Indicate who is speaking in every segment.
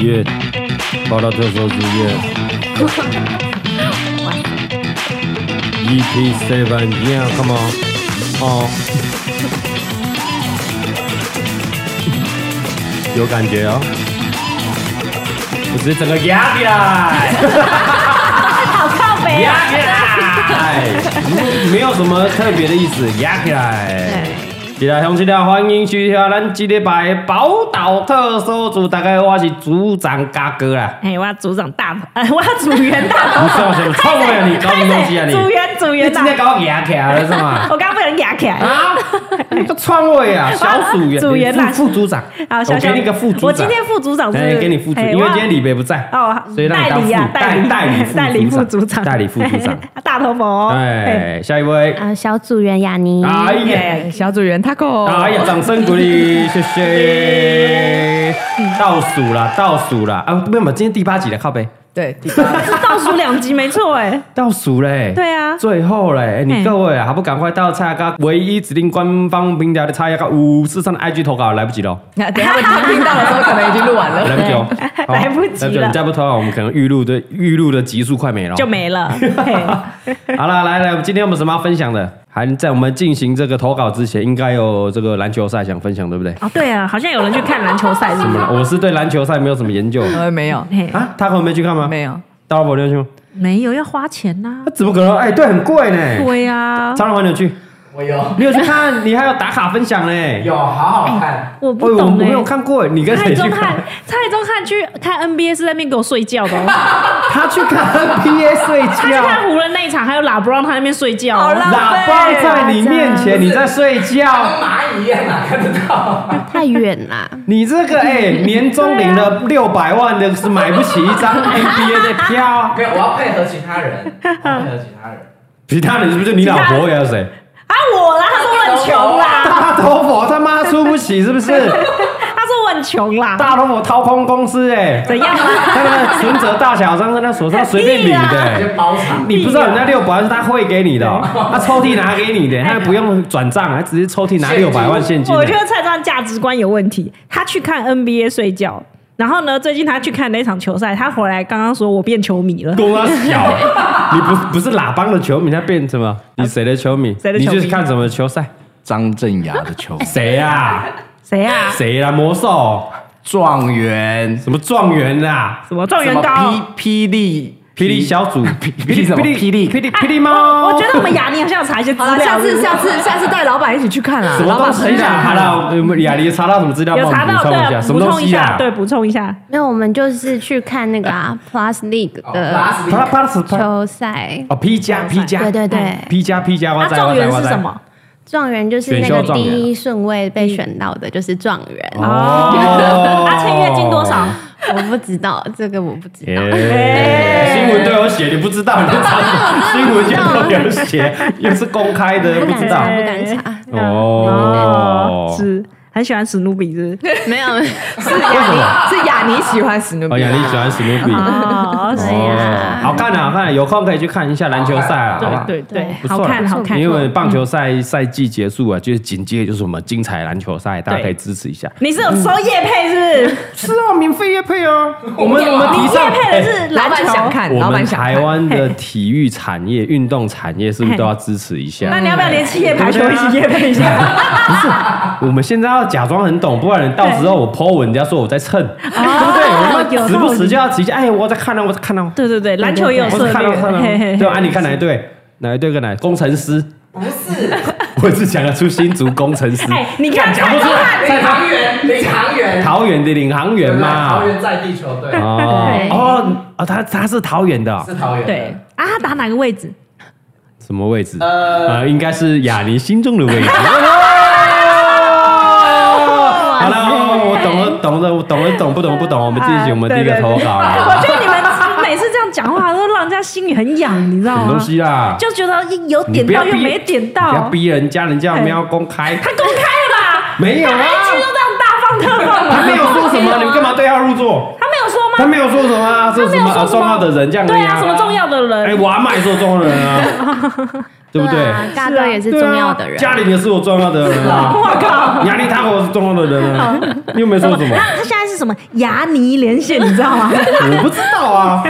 Speaker 1: 乐，巴拉特手指乐，EP seven yeah，come on，哦，Oh. 有感觉哦，我直接整个压起来，
Speaker 2: 好靠北
Speaker 1: 压
Speaker 2: 啊！
Speaker 1: 起来，没有什么特别的意思，压起来。
Speaker 2: 哎
Speaker 1: 是啦，乡亲啦，欢迎收听咱今礼拜的宝岛特搜组。大概我是组长嘎哥啦。
Speaker 2: 哎，我要组长大，哎，我要组员 大，
Speaker 1: 你笑什么？臭呀你，搞什么东西啊你？
Speaker 2: 组员组
Speaker 1: 你
Speaker 2: 员
Speaker 1: 今
Speaker 2: 大
Speaker 1: 天，搞牙起来了是吗？
Speaker 2: 我刚刚被人压起来了。
Speaker 1: 啊，你个篡位啊！ 小组员，
Speaker 2: 组员啦
Speaker 1: 你副副组长，
Speaker 2: 好，小
Speaker 1: 我
Speaker 2: 小
Speaker 1: 给你个副组长。
Speaker 2: 我今天副组长
Speaker 1: 哎
Speaker 2: 是
Speaker 1: 给你副组，
Speaker 2: 哎
Speaker 1: 因为
Speaker 2: 我
Speaker 1: 今天李北不在，
Speaker 2: 哦，
Speaker 1: 所以让你
Speaker 2: 代
Speaker 1: 当
Speaker 2: 理啊
Speaker 1: 副，
Speaker 2: 代理
Speaker 1: 代理
Speaker 2: 代理副组
Speaker 1: 组
Speaker 2: 长，
Speaker 1: 长代理副组长。
Speaker 2: 哎， 大头佛，哎，
Speaker 1: 哎，下一位，
Speaker 3: 啊，小组员雅尼，
Speaker 1: 哎呀，
Speaker 4: 哎小组员 Taco，
Speaker 1: 哎呀，掌声鼓 励，谢谢。倒数了，倒数了啊！没有，没有今天第八集了，靠背，
Speaker 4: 对，第八
Speaker 2: 是哎倒数两集没 错，哎，
Speaker 1: 倒数嘞。
Speaker 2: 对啊
Speaker 1: 最后嘞，哎你
Speaker 2: 嘿
Speaker 1: 各位啊还不赶快到蔡家唯一指定官方平台的蔡家五四上的 IG 投稿，来不及喽，
Speaker 4: 那等一下他们听到的时候，可能已经录完
Speaker 1: 来
Speaker 4: 了。
Speaker 1: 不及哦，好
Speaker 2: 来不及了
Speaker 1: 来你再不投稿，我们可能预录的预录的集数快没了。
Speaker 2: 就没了。嘿
Speaker 1: 好了，来来，我们今天我们什么要分享的？还在我们进行这个投稿之前，应该有这个篮球赛想分享，对不对？
Speaker 2: 哦，对啊，好像有人去看篮球赛，是
Speaker 1: 怎么
Speaker 2: 吗？
Speaker 1: 了？我是对篮球赛没有什么 研究
Speaker 4: 呃，没 有，
Speaker 2: 嘿，
Speaker 1: 啊，他可没去看吗？
Speaker 4: 没有，
Speaker 1: 大老婆你有去吗？
Speaker 2: 没有要花钱呐
Speaker 1: 那。怎么可能？哎、对，很贵呢。
Speaker 2: 对啊呀，
Speaker 1: 张老板你有去？
Speaker 5: 我有
Speaker 1: 你有去看？你还有打卡分享嘞？
Speaker 5: 有好好看，
Speaker 2: 我
Speaker 1: 哎
Speaker 2: 不
Speaker 1: 呦我
Speaker 2: 懂
Speaker 1: 没
Speaker 2: 哎
Speaker 1: 有。看过，你跟
Speaker 2: 蔡
Speaker 1: 谁去
Speaker 2: 宗
Speaker 1: 看
Speaker 2: 翰？，蔡宗翰去看 NBA 是在那边给我睡觉的、哦，
Speaker 1: 他去看 NBA 睡
Speaker 2: 他去
Speaker 1: 觉，
Speaker 2: 看湖人那一场，还有拉布 让他在那边睡觉、
Speaker 4: 好
Speaker 2: 哦。
Speaker 4: 浪
Speaker 1: 喇叭在你面前，你在睡觉，
Speaker 5: 跟蚂蚁一样啊，看得到。
Speaker 3: 太远啦，
Speaker 1: 你这
Speaker 2: 啊
Speaker 1: 个哎、年终领了六百万的是买不起一张 NBA 的票，
Speaker 5: 没有，我要配合其他人，我要配合其他人。
Speaker 1: 其他人是不是你老婆还有谁？
Speaker 2: 啊，我啦，他说我很穷啦，
Speaker 1: 大头佛他妈出不起是不是？
Speaker 2: 他说我很穷啦，
Speaker 1: 大头佛掏空公司哎、
Speaker 2: 怎样啊啦？
Speaker 1: 他那个存折大小张在他手上随便领的、
Speaker 5: 直
Speaker 1: 哎
Speaker 5: 接包场，
Speaker 1: 你不知道人家六百万是他汇给你的哦、他抽屉拿给你的，他不用转账，啊他直接抽屉拿六百万现金、
Speaker 2: 我
Speaker 1: 哎
Speaker 2: 觉得蔡宗翰价值观有问题，他去看 NBA 睡觉，然后呢，最近他去看那场球赛，他回来刚刚说我变球迷 了，
Speaker 1: 公他小，你不不是喇叭的球迷，他变什么？你谁的球迷？
Speaker 2: 谁的球迷
Speaker 1: 你去看什么球赛？
Speaker 6: 张镇雅的球，
Speaker 1: 谁呀、
Speaker 2: 谁啊？
Speaker 1: 谁啦？魔兽？
Speaker 6: 状元，
Speaker 1: 什么状元啦？
Speaker 2: 什么状
Speaker 6: 什
Speaker 2: 元
Speaker 6: 么
Speaker 2: 高？啊
Speaker 6: 霹霹雳
Speaker 1: 霹雳小组？霹
Speaker 6: 霹雳什么霹雳
Speaker 1: 霹雳霹雳猫？
Speaker 2: 啊我觉得我们雅尼好像有查一些资
Speaker 4: 好了，
Speaker 2: 料，
Speaker 4: 下次下次下次带老板一起去看啦。
Speaker 1: 什么
Speaker 4: 老
Speaker 1: 东
Speaker 4: 板
Speaker 1: 西啊
Speaker 4: 很
Speaker 1: 啦？
Speaker 4: 想
Speaker 1: 好
Speaker 4: 看
Speaker 1: 了，我们雅丽查到什么资料？
Speaker 2: 有
Speaker 1: 帮我
Speaker 2: 查
Speaker 1: 们
Speaker 2: 到
Speaker 1: 补充一下，
Speaker 2: 对，啊
Speaker 1: 什么
Speaker 2: 补
Speaker 1: 东
Speaker 2: 充一
Speaker 1: 西啊
Speaker 2: 下，
Speaker 1: 啦？
Speaker 2: 对，补充一下。
Speaker 3: 没有，我们就是去看那 个啊 Plus League
Speaker 1: 哦
Speaker 3: 的
Speaker 5: 哦拉斯
Speaker 1: 啪啪啪啪！
Speaker 3: 球赛，
Speaker 1: 哦，P 加 P 加，
Speaker 3: 对对对，
Speaker 1: ，P 加 P 加，哇
Speaker 2: 那
Speaker 1: 塞
Speaker 2: 啊状元
Speaker 1: 哇
Speaker 2: 是
Speaker 1: 塞
Speaker 2: 什么？
Speaker 3: 状元就是那
Speaker 1: 选
Speaker 3: 个
Speaker 1: 秀状
Speaker 3: 第
Speaker 1: 元嗯
Speaker 3: 一顺位被选到的，就是状元，
Speaker 1: 哦
Speaker 2: 他啊签约金多少？哎
Speaker 3: 我不知道这个我不知
Speaker 1: 耶
Speaker 3: 道，
Speaker 1: 新闻都有写，你不知道，你 不知道，新闻就都有写，又是公开的，
Speaker 3: 不
Speaker 1: 不
Speaker 3: 敢
Speaker 1: 知道
Speaker 3: 查，。不 敢查，
Speaker 1: 哦，
Speaker 2: 是很喜欢史努比是不是？
Speaker 3: 没有，
Speaker 4: 是雅尼，是雅尼喜欢史努
Speaker 1: 哦，
Speaker 4: 比啊
Speaker 1: 雅丽喜欢史努比。
Speaker 2: 哦，
Speaker 3: 哎
Speaker 1: 哦
Speaker 3: 呀，
Speaker 1: 好看啊，好看啊，有空可以去看一下篮球赛啊，好吧？
Speaker 2: 对对对，
Speaker 1: 不
Speaker 2: 好
Speaker 1: 错啦
Speaker 2: 看好看。
Speaker 1: 因为棒球赛赛季结束啊，就是紧接着就是我们精彩篮球赛，大家可以支持一下。
Speaker 2: 你是有收叶配是不是？
Speaker 1: 是啊，免费乐配啊， 我们我们提
Speaker 2: 叶
Speaker 1: 倡哎
Speaker 2: 配的是
Speaker 4: 老
Speaker 2: 篮
Speaker 4: 板想
Speaker 2: 球。
Speaker 4: 看，
Speaker 1: 我
Speaker 4: 老
Speaker 1: 们
Speaker 4: 板想
Speaker 1: 台
Speaker 4: 看。
Speaker 1: 湾的体育产业、运动产业是不是都要支持一下？
Speaker 2: 那你要不要连企业排球一起叶配一下？
Speaker 1: 我们现在要假装很懂，不然你到时候我 po 文，人家说我在 蹭，
Speaker 2: 哦
Speaker 1: 对不对？我们时不时就要提一下，哎，我在看啊，我在看啊，
Speaker 2: 对对对，篮球也有
Speaker 1: 我在
Speaker 2: 策
Speaker 1: 看啊，
Speaker 2: 略
Speaker 1: 我在看。
Speaker 2: 嘿
Speaker 1: 啊，
Speaker 2: 嘿
Speaker 1: 对
Speaker 2: 嘿
Speaker 1: 啊，你看哪一队？哪一队跟哪一？工程师，
Speaker 5: 不是，
Speaker 1: 我是想得出新竹工程师，
Speaker 2: 哎，你看
Speaker 1: 干讲不出来，
Speaker 5: 领航员，领航员，
Speaker 1: 桃园的领航员
Speaker 5: 对
Speaker 1: 嘛
Speaker 5: 桃，园在地球队
Speaker 1: 哦
Speaker 3: 对
Speaker 1: 哦哦，他他是桃园的哦，
Speaker 5: 是桃园。
Speaker 2: 对，啊，他打哪个位置？
Speaker 1: 什么位置？
Speaker 5: 呃，
Speaker 1: 呃，应该是雅尼心中的位 置。哦好了，我懂了，懂了，我懂了，懂不懂？不懂，
Speaker 2: 啊
Speaker 1: 我们进行我们第一个投稿
Speaker 2: 我
Speaker 1: 啊，
Speaker 2: 觉得你们每次这样讲话都让人家心里很痒，你
Speaker 1: 什
Speaker 2: 知道
Speaker 1: 么东
Speaker 2: 吗？
Speaker 1: 西啦？
Speaker 2: 就觉得有点到又没点
Speaker 1: 你不要
Speaker 2: 到，
Speaker 1: 逼人家，人家没有公开，
Speaker 2: 他公开了吧？
Speaker 1: 没有啊，
Speaker 2: 一期都哎这样哎大放特放
Speaker 1: 他
Speaker 2: 了，
Speaker 1: 没有说什么，你们干嘛对号入座？
Speaker 2: 啊他没有说
Speaker 1: 他
Speaker 2: 吗？
Speaker 1: 没有说什么啊，这是什么啊重要的人这样而
Speaker 2: 对
Speaker 1: 已
Speaker 2: 啊，什么重要的人？
Speaker 1: 哎，我阿妈也是我重要的人啊，对不对？
Speaker 3: 啊大哥也是重
Speaker 1: 对啊
Speaker 3: 要的人，
Speaker 1: 家里也是我重要的人啊，我靠，压力他我是重要的人啊，你又没说什么。
Speaker 3: 他现在是什
Speaker 2: 什么牙尼连 线，你知道吗？
Speaker 1: 我不知道啊，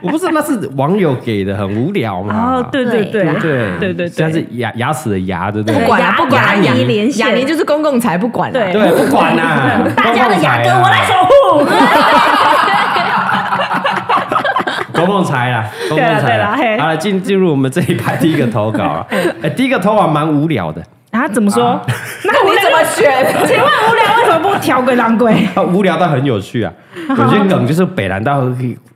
Speaker 1: 我不知道那是网友给的，很无聊嘛。
Speaker 2: 哦，对对对
Speaker 3: 对啦
Speaker 1: 对
Speaker 2: 对啊对对
Speaker 1: 像是牙牙齿的牙，对不
Speaker 2: 对
Speaker 1: 对
Speaker 4: 不？管了、
Speaker 2: 牙
Speaker 4: 不管了
Speaker 2: 牙医连线
Speaker 4: 雅尼就是公共财，不管
Speaker 2: 对
Speaker 4: 了、
Speaker 1: 对，不管啊啦，
Speaker 2: 大家的牙根我来
Speaker 1: 说，
Speaker 2: 守护。
Speaker 1: 啊公共财啦，公共
Speaker 2: 对啦对
Speaker 1: 财
Speaker 2: 啦嘿
Speaker 1: 好了，进进入我们这一排第一个投稿啊，哎，第一个投稿蛮无聊的，
Speaker 2: 啊，怎么说？那
Speaker 4: 你 怎么选？
Speaker 2: 请问无聊为什么不调鬼狼鬼？
Speaker 1: 啊无聊到很有趣啊，有些梗就是北南到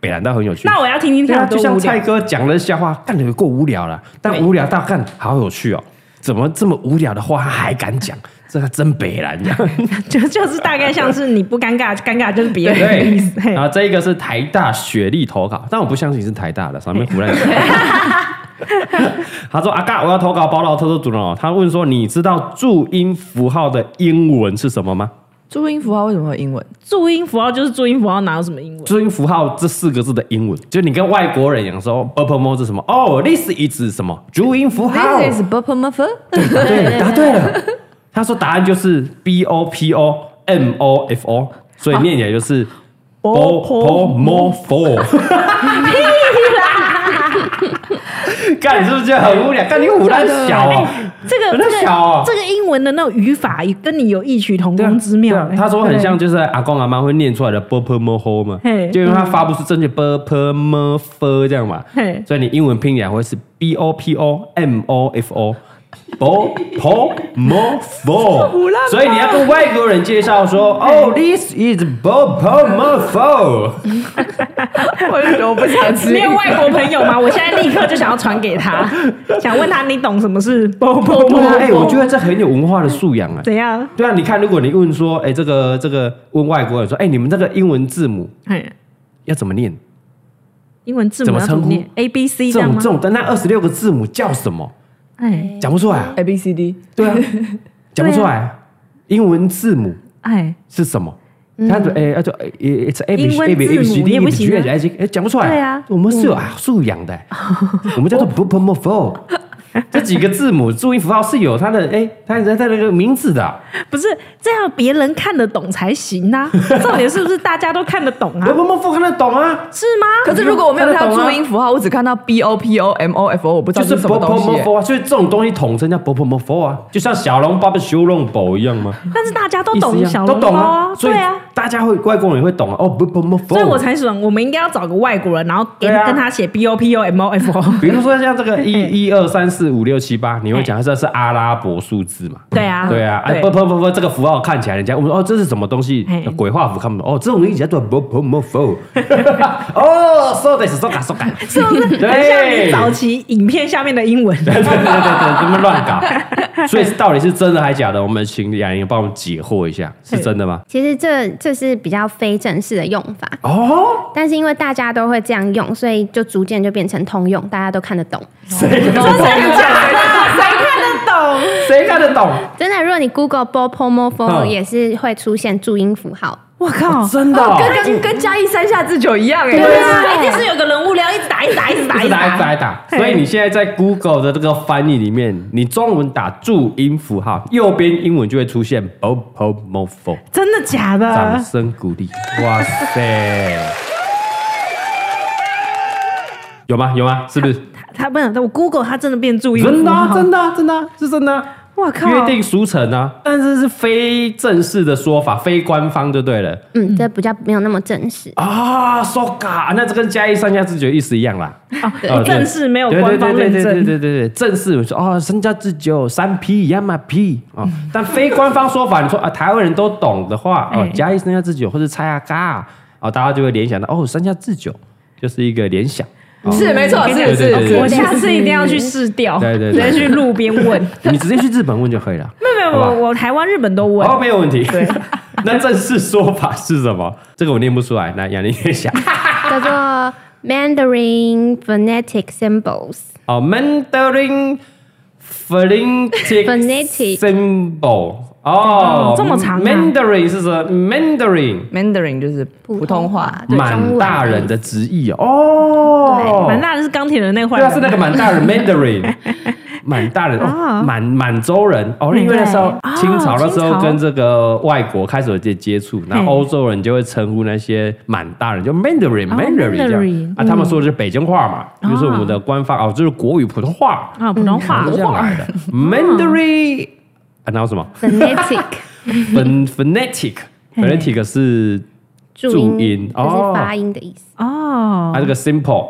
Speaker 1: 北南到很有趣。
Speaker 2: 那我要听听
Speaker 1: 对
Speaker 2: 看
Speaker 1: 啊，就
Speaker 2: 有多
Speaker 1: 像
Speaker 2: 无
Speaker 1: 蔡
Speaker 2: 聊。
Speaker 1: 哥讲的笑话，干的有够无聊了，但无聊到干好有趣哦。怎么这么无聊的话他还敢讲？这个真北然这样。
Speaker 2: 就 就是大概像是你不尴尬，尴尬就是 别人的意思。嘿
Speaker 1: 然后这一个是台大雪莉投稿，但我不相信是台大的，上面胡乱讲。 他说：“阿嘎，我要投稿宝岛特殊组了哦。”他问说：“你知道注音符号的英文是什么吗
Speaker 4: 注音符号为什么会有英文？
Speaker 2: 注音符号就是注音符号，哪有什么英？”文？
Speaker 1: 注音符号这四个字的英文，就你跟外国人讲说 p u r p l e m o 是什么？哦，this is 什么？注音符号。
Speaker 4: This is b u r p l e m u f f e
Speaker 1: 答对了，答对了。他说答案就是 B O P O M O F O，所以念起来就是 Bo Po Mo Fo。干，你是不是觉得很无聊？干，你虎烂小哦，
Speaker 2: 这个
Speaker 1: 很
Speaker 2: 这个
Speaker 1: 小哦。
Speaker 2: 这个英文的那种语法，跟你有异曲同
Speaker 1: 对啊
Speaker 2: 工之哎妙
Speaker 1: 对啊。他说很像，就是阿公阿妈会念出来的 b p m ho 嘛，
Speaker 2: 嘿
Speaker 1: 就因为他发不出正确 b p m f 这样嘛
Speaker 2: 嘿，
Speaker 1: 所以你英文拼起来会是 b o p o m o f o。b o p o m o f o，所以你要跟外国人介绍说，哦，this is b o p o m o f o。
Speaker 4: 我就觉得我不想吃。
Speaker 2: 你有外国朋友吗？我现在立刻就想要传 给他，想问他你懂什么是波波波？
Speaker 1: 哎，我觉得这很有文化的素养啊。
Speaker 2: 怎样？
Speaker 1: 对啊，你看，如果你问说，哎，这个这个，问外国人说，哎，你们这个英文字母
Speaker 2: 哎，
Speaker 1: 要怎么念？
Speaker 2: 英文字母要怎么
Speaker 1: 怎么
Speaker 2: 念？A B C 这
Speaker 1: 这
Speaker 2: 样
Speaker 1: 种
Speaker 2: 吗
Speaker 1: 这？种的那二十六个字母叫什么？
Speaker 2: 哎
Speaker 1: 讲不出来、 啊，
Speaker 4: A B C D，
Speaker 1: 对啊，讲不出来啊、英文字母
Speaker 2: 哎，
Speaker 1: 是什么？他就哎，他就哎，it's A B
Speaker 2: 嗯英文
Speaker 1: A B A B
Speaker 2: 字
Speaker 1: C
Speaker 2: 母
Speaker 1: D
Speaker 2: 也
Speaker 1: A
Speaker 2: 不
Speaker 1: B C
Speaker 2: 行
Speaker 1: D
Speaker 2: 啊
Speaker 1: A B C D，哎，讲不出来。
Speaker 2: 对啊哦
Speaker 1: 我们是有啊素养 的，我们叫做 b u p m o f o 这几个字母注音符号是有它的哎，它它它那个名字的啊。
Speaker 2: 不是这样，别人看得懂才行 啊。重点是不是大家都看得懂
Speaker 1: b u
Speaker 2: 啊
Speaker 1: p？m o f o 看得懂啊，
Speaker 2: 是吗？
Speaker 4: 可是如果我没有看
Speaker 1: 看得
Speaker 4: 到
Speaker 1: 懂啊
Speaker 4: 注音符号，我只看到 B O P O M O F O，我不知
Speaker 1: 就
Speaker 4: 道
Speaker 1: 是
Speaker 4: 这
Speaker 1: b u
Speaker 4: 什么
Speaker 1: p m
Speaker 4: 东
Speaker 1: o
Speaker 4: 西
Speaker 1: f
Speaker 4: 耶。
Speaker 1: o 啊，所以这种东西统称叫 b u p m o f o 啊，就像小笼包被修笼包一样吗？
Speaker 2: 但是大家都
Speaker 1: 意思一
Speaker 2: 懂
Speaker 1: 样
Speaker 2: 小
Speaker 1: 都
Speaker 2: 笼包
Speaker 1: 懂啊，所以
Speaker 2: 对啊。
Speaker 1: 大家会外国人也会懂啊。哦 b u p m o f o
Speaker 2: 所以我才想，我们应该要找个外国人，然后给、
Speaker 1: 对啊
Speaker 2: 跟他写 B O P O M O F O。
Speaker 1: 比如说像这个一一二三四五六七八，你会讲这是阿拉伯数字嘛？
Speaker 2: 对啊，
Speaker 1: 对啊，哎不不不不，这个符号看起来人家我们说哦这是什么东西
Speaker 2: 嘿？
Speaker 1: 鬼画符看不懂哦，这种东西叫做 b p m f o 哦，so this so ga so ga，
Speaker 2: 是不是很像你早期影片下面的英文？
Speaker 1: 对对对对，这么乱搞，所以到底是真的还假的？我们请雅莹帮我们解惑一下，是真的吗？
Speaker 3: 其实这这是比较非正式的用法，
Speaker 1: 哦，
Speaker 3: 但是因为大家都会这样用，所以就逐渐就变成通用，大家都看得懂。
Speaker 1: 谁都
Speaker 2: 真的假的？谁看得懂？
Speaker 1: 谁看得懂？
Speaker 3: 真的，如果你 Google b o p o m o f o
Speaker 1: 嗯
Speaker 3: 也是会出现注音符号。
Speaker 2: 我靠！
Speaker 1: 真的哦，
Speaker 4: 跟跟跟嘉义三下智久一样哎、
Speaker 2: 对啊，一定是有个人物料一直打，一直打，一直打，
Speaker 1: 一直打，一直打，一直打。所以你现在在 Google 的这个翻译里面，你中文打注音符号，右边英文就会出现 bo po mo fo。
Speaker 2: 真的假
Speaker 1: 掌
Speaker 2: 的？
Speaker 1: 声鼓励，哇塞！有吗？有吗？是不是
Speaker 2: 他不能，我 Google 他真的变注音
Speaker 1: 真的啊、真
Speaker 2: 的，
Speaker 1: 的啊、真的啊、是真的啊、
Speaker 2: 我靠！
Speaker 1: 约定俗成啊，但是是非正式的说法，非官方就对了
Speaker 3: 嗯，这比较没有那么正式。
Speaker 1: 啊。so ga，那这跟嘉义上下自觉意思一样啦。啊
Speaker 2: 哦，正式没有官方认
Speaker 1: 对对
Speaker 2: 证，
Speaker 1: 对对对对，正式我说哦，身家自久，三 P 亚马 P 啊、哦，
Speaker 2: 嗯
Speaker 1: 但非官方说法，你说啊，台湾人都懂的话，哦
Speaker 2: 哎，
Speaker 1: 加一身家自久或者蔡阿嘎，哦，大家就会联想到哦，身家自久就是一个联想，哦、
Speaker 4: 是没错，
Speaker 1: 对
Speaker 4: 是
Speaker 1: 对对对
Speaker 4: 是。
Speaker 2: 我下次一定要去试掉，
Speaker 1: 对对
Speaker 2: 直
Speaker 1: 对
Speaker 2: 接去路边问。
Speaker 1: 你直接去日本问就可以 了。
Speaker 2: 没有没有，
Speaker 1: 好吧
Speaker 2: 我我台湾、日本都问。
Speaker 1: 哦，没有问题。 那正式说法是什么？这个我念不出来，那雅玲念一下。
Speaker 3: 叫做 Mandarin phonetic symbols。
Speaker 1: 哦，Mandarin phonetic
Speaker 3: Phonetic
Speaker 1: symbol。哦
Speaker 2: 哦，这么长啊
Speaker 1: Mandarin 是什么？Mandarin。
Speaker 4: Mandarin 就是普通话，
Speaker 3: 对
Speaker 1: 满大人的直译哦，哦
Speaker 2: 满大人是钢铁人那块
Speaker 1: 对啊，
Speaker 2: 人吗，
Speaker 1: 是那个满大人 Mandarin，满大人，
Speaker 2: 啊
Speaker 1: 哦满满洲人哦，因为那时候
Speaker 2: 对
Speaker 1: 清朝那时
Speaker 2: 哦清
Speaker 1: 候
Speaker 2: 朝
Speaker 1: 跟这个外国开始有些接触，然后
Speaker 2: 嘿
Speaker 1: 欧洲人就会称呼那些满大人就 Mandarin
Speaker 2: 哦
Speaker 1: Mandarin 这样
Speaker 2: Mandarin，
Speaker 1: 啊，他们说的是北京话嘛，
Speaker 2: 哦
Speaker 1: 就是我们的官方哦，就是国语普通话
Speaker 2: 啊，普通话
Speaker 1: 这样来的 Mandarin，啊然后什么
Speaker 3: phonetic
Speaker 1: ？Phon- phonetic phonetic 是注音
Speaker 3: 就是
Speaker 1: 哦
Speaker 3: 发音的意思，
Speaker 2: 哦
Speaker 1: 它这个 simple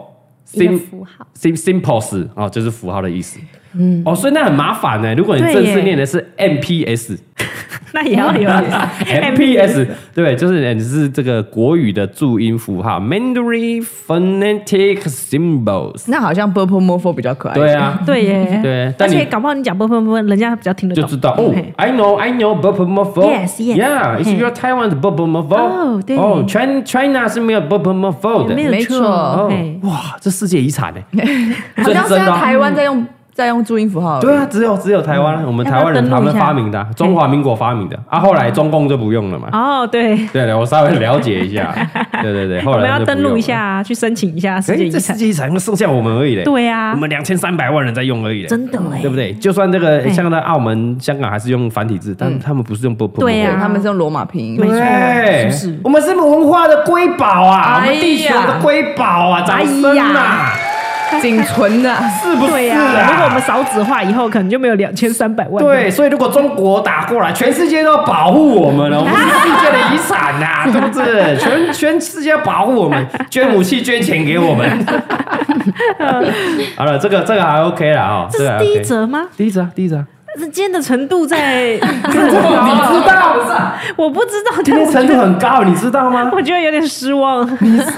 Speaker 3: 一个
Speaker 1: sim
Speaker 3: 符号。
Speaker 1: sim simples 哦，就是符号的意思。嗯，哦，所以那很麻烦呢。如果你正
Speaker 2: 对耶
Speaker 1: 式念的是 MPS。
Speaker 2: 那 也要有
Speaker 1: MPS 对，就是你是这个国语的注音符号 Mandarin phonetic symbols。
Speaker 4: 那好像 purple morpho 比较可爱。
Speaker 1: 对，啊，
Speaker 2: 对耶，
Speaker 1: 对
Speaker 2: 而
Speaker 1: 但你
Speaker 2: 且搞不好你讲不分不分，人家比较听得
Speaker 1: 就
Speaker 2: 懂，
Speaker 1: 知道哦
Speaker 2: 嘿。
Speaker 1: I know, I know, bubble morpho.
Speaker 2: Yes, yes.
Speaker 1: Yeah, it's your Taiwan's bubble morpho.
Speaker 2: 哦对
Speaker 1: 哦，China China 是没有 bubble morpho 哦的。
Speaker 2: 没有
Speaker 4: 没错
Speaker 2: 错，
Speaker 1: 哦
Speaker 2: 嘿，
Speaker 1: 哇，这世界遗产 呢？
Speaker 4: 好
Speaker 1: 真
Speaker 4: 像是
Speaker 1: 真
Speaker 4: 在
Speaker 1: 的哦。
Speaker 4: 台湾在用嗯在用注音符号。
Speaker 1: 对啊，，只有只有台湾，我们台湾人
Speaker 2: 要嗯不要
Speaker 1: 他们
Speaker 2: 登录一下
Speaker 1: 发明的啊，中华民国发明的啊。后来中共就不用了嘛。
Speaker 2: 哦，对，
Speaker 1: 对对，我稍微了解一 下。对对对，后
Speaker 2: 我
Speaker 1: 来
Speaker 2: 们
Speaker 1: 他
Speaker 2: 要
Speaker 1: 就不
Speaker 2: 登录
Speaker 1: 用了
Speaker 2: 一下。啊，去申请一下世
Speaker 1: 哎
Speaker 2: 界，遗
Speaker 1: 这世
Speaker 2: 产。
Speaker 1: 界遗产剩下我们而已嘞。
Speaker 2: 对啊
Speaker 1: 我，们两千三百万人在用而已嘞。
Speaker 2: 真的哎，
Speaker 1: 对不对？就算这个
Speaker 2: 哎
Speaker 1: 像在澳门、香港还是用繁体字，但他们不是用 b u
Speaker 2: 嗯对
Speaker 4: 对，
Speaker 2: 啊
Speaker 4: 他们是用罗马拼音。
Speaker 2: 没错
Speaker 1: 对，
Speaker 2: 是不是
Speaker 1: 我们是文化的瑰宝啊，我
Speaker 4: 哎呀
Speaker 1: 们地球的瑰宝啊，掌声啊，
Speaker 4: 仅存 的。
Speaker 1: 是不
Speaker 2: 哎对
Speaker 1: 是
Speaker 2: 呀，如果我们
Speaker 1: 啊？
Speaker 2: 少子化以后，可能就没有两千三百万。
Speaker 1: 对，，所以如果中国打过来，全世界都要保护我们了， 我们是世界的遗产 呐、对不对？全全世界要保护我 们，捐武器、捐钱给我们。好了，这个这个还 OK 了啊、哦，
Speaker 2: 这
Speaker 1: 个还
Speaker 2: 是
Speaker 1: OK
Speaker 2: 第一，则吗？
Speaker 1: 第一则啊，第一 则啊，
Speaker 2: 这今天的程 度在，
Speaker 5: 你知道不是啊？
Speaker 2: 我不知道，
Speaker 1: 今
Speaker 2: 但
Speaker 1: 天
Speaker 2: 我
Speaker 1: 程度很高，你知道吗？
Speaker 2: 我觉得有点失 望，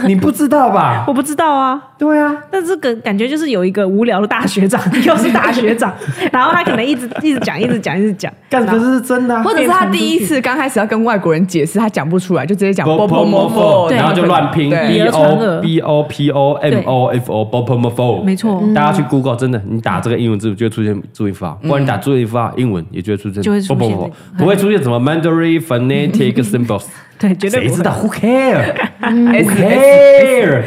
Speaker 1: 你不知道吧？
Speaker 2: 我不知道啊。
Speaker 1: 对啊，
Speaker 2: 但这个感觉就是有一个无聊的大学长， 又是大学长，然后他可能一直一直讲，一直讲，一直讲。
Speaker 1: 干可是是真的、啊。
Speaker 4: 或者是他第一次刚开始要跟外国人解释，他讲不出来，就直接讲
Speaker 1: b o p o m o f o
Speaker 4: 对
Speaker 1: 然后就乱拼
Speaker 4: 对
Speaker 1: b
Speaker 2: 以讹
Speaker 1: o
Speaker 2: 传讹
Speaker 1: b o p o m o f o b o p o m o f o
Speaker 2: 没错，
Speaker 1: 大家去 Google，真的，你打这个英文字母就会出现注音符号，不然你打注音符号，英文也就会出现，
Speaker 2: 嗯就会出现
Speaker 1: 不
Speaker 2: 这
Speaker 1: 不
Speaker 2: 个嗯
Speaker 1: 不，不会出现什么 Mandarin phonetic symbols，
Speaker 2: 对，绝对
Speaker 1: 谁
Speaker 2: 不会
Speaker 1: 知道？Who care？Who
Speaker 2: 嗯
Speaker 4: S
Speaker 1: care？Who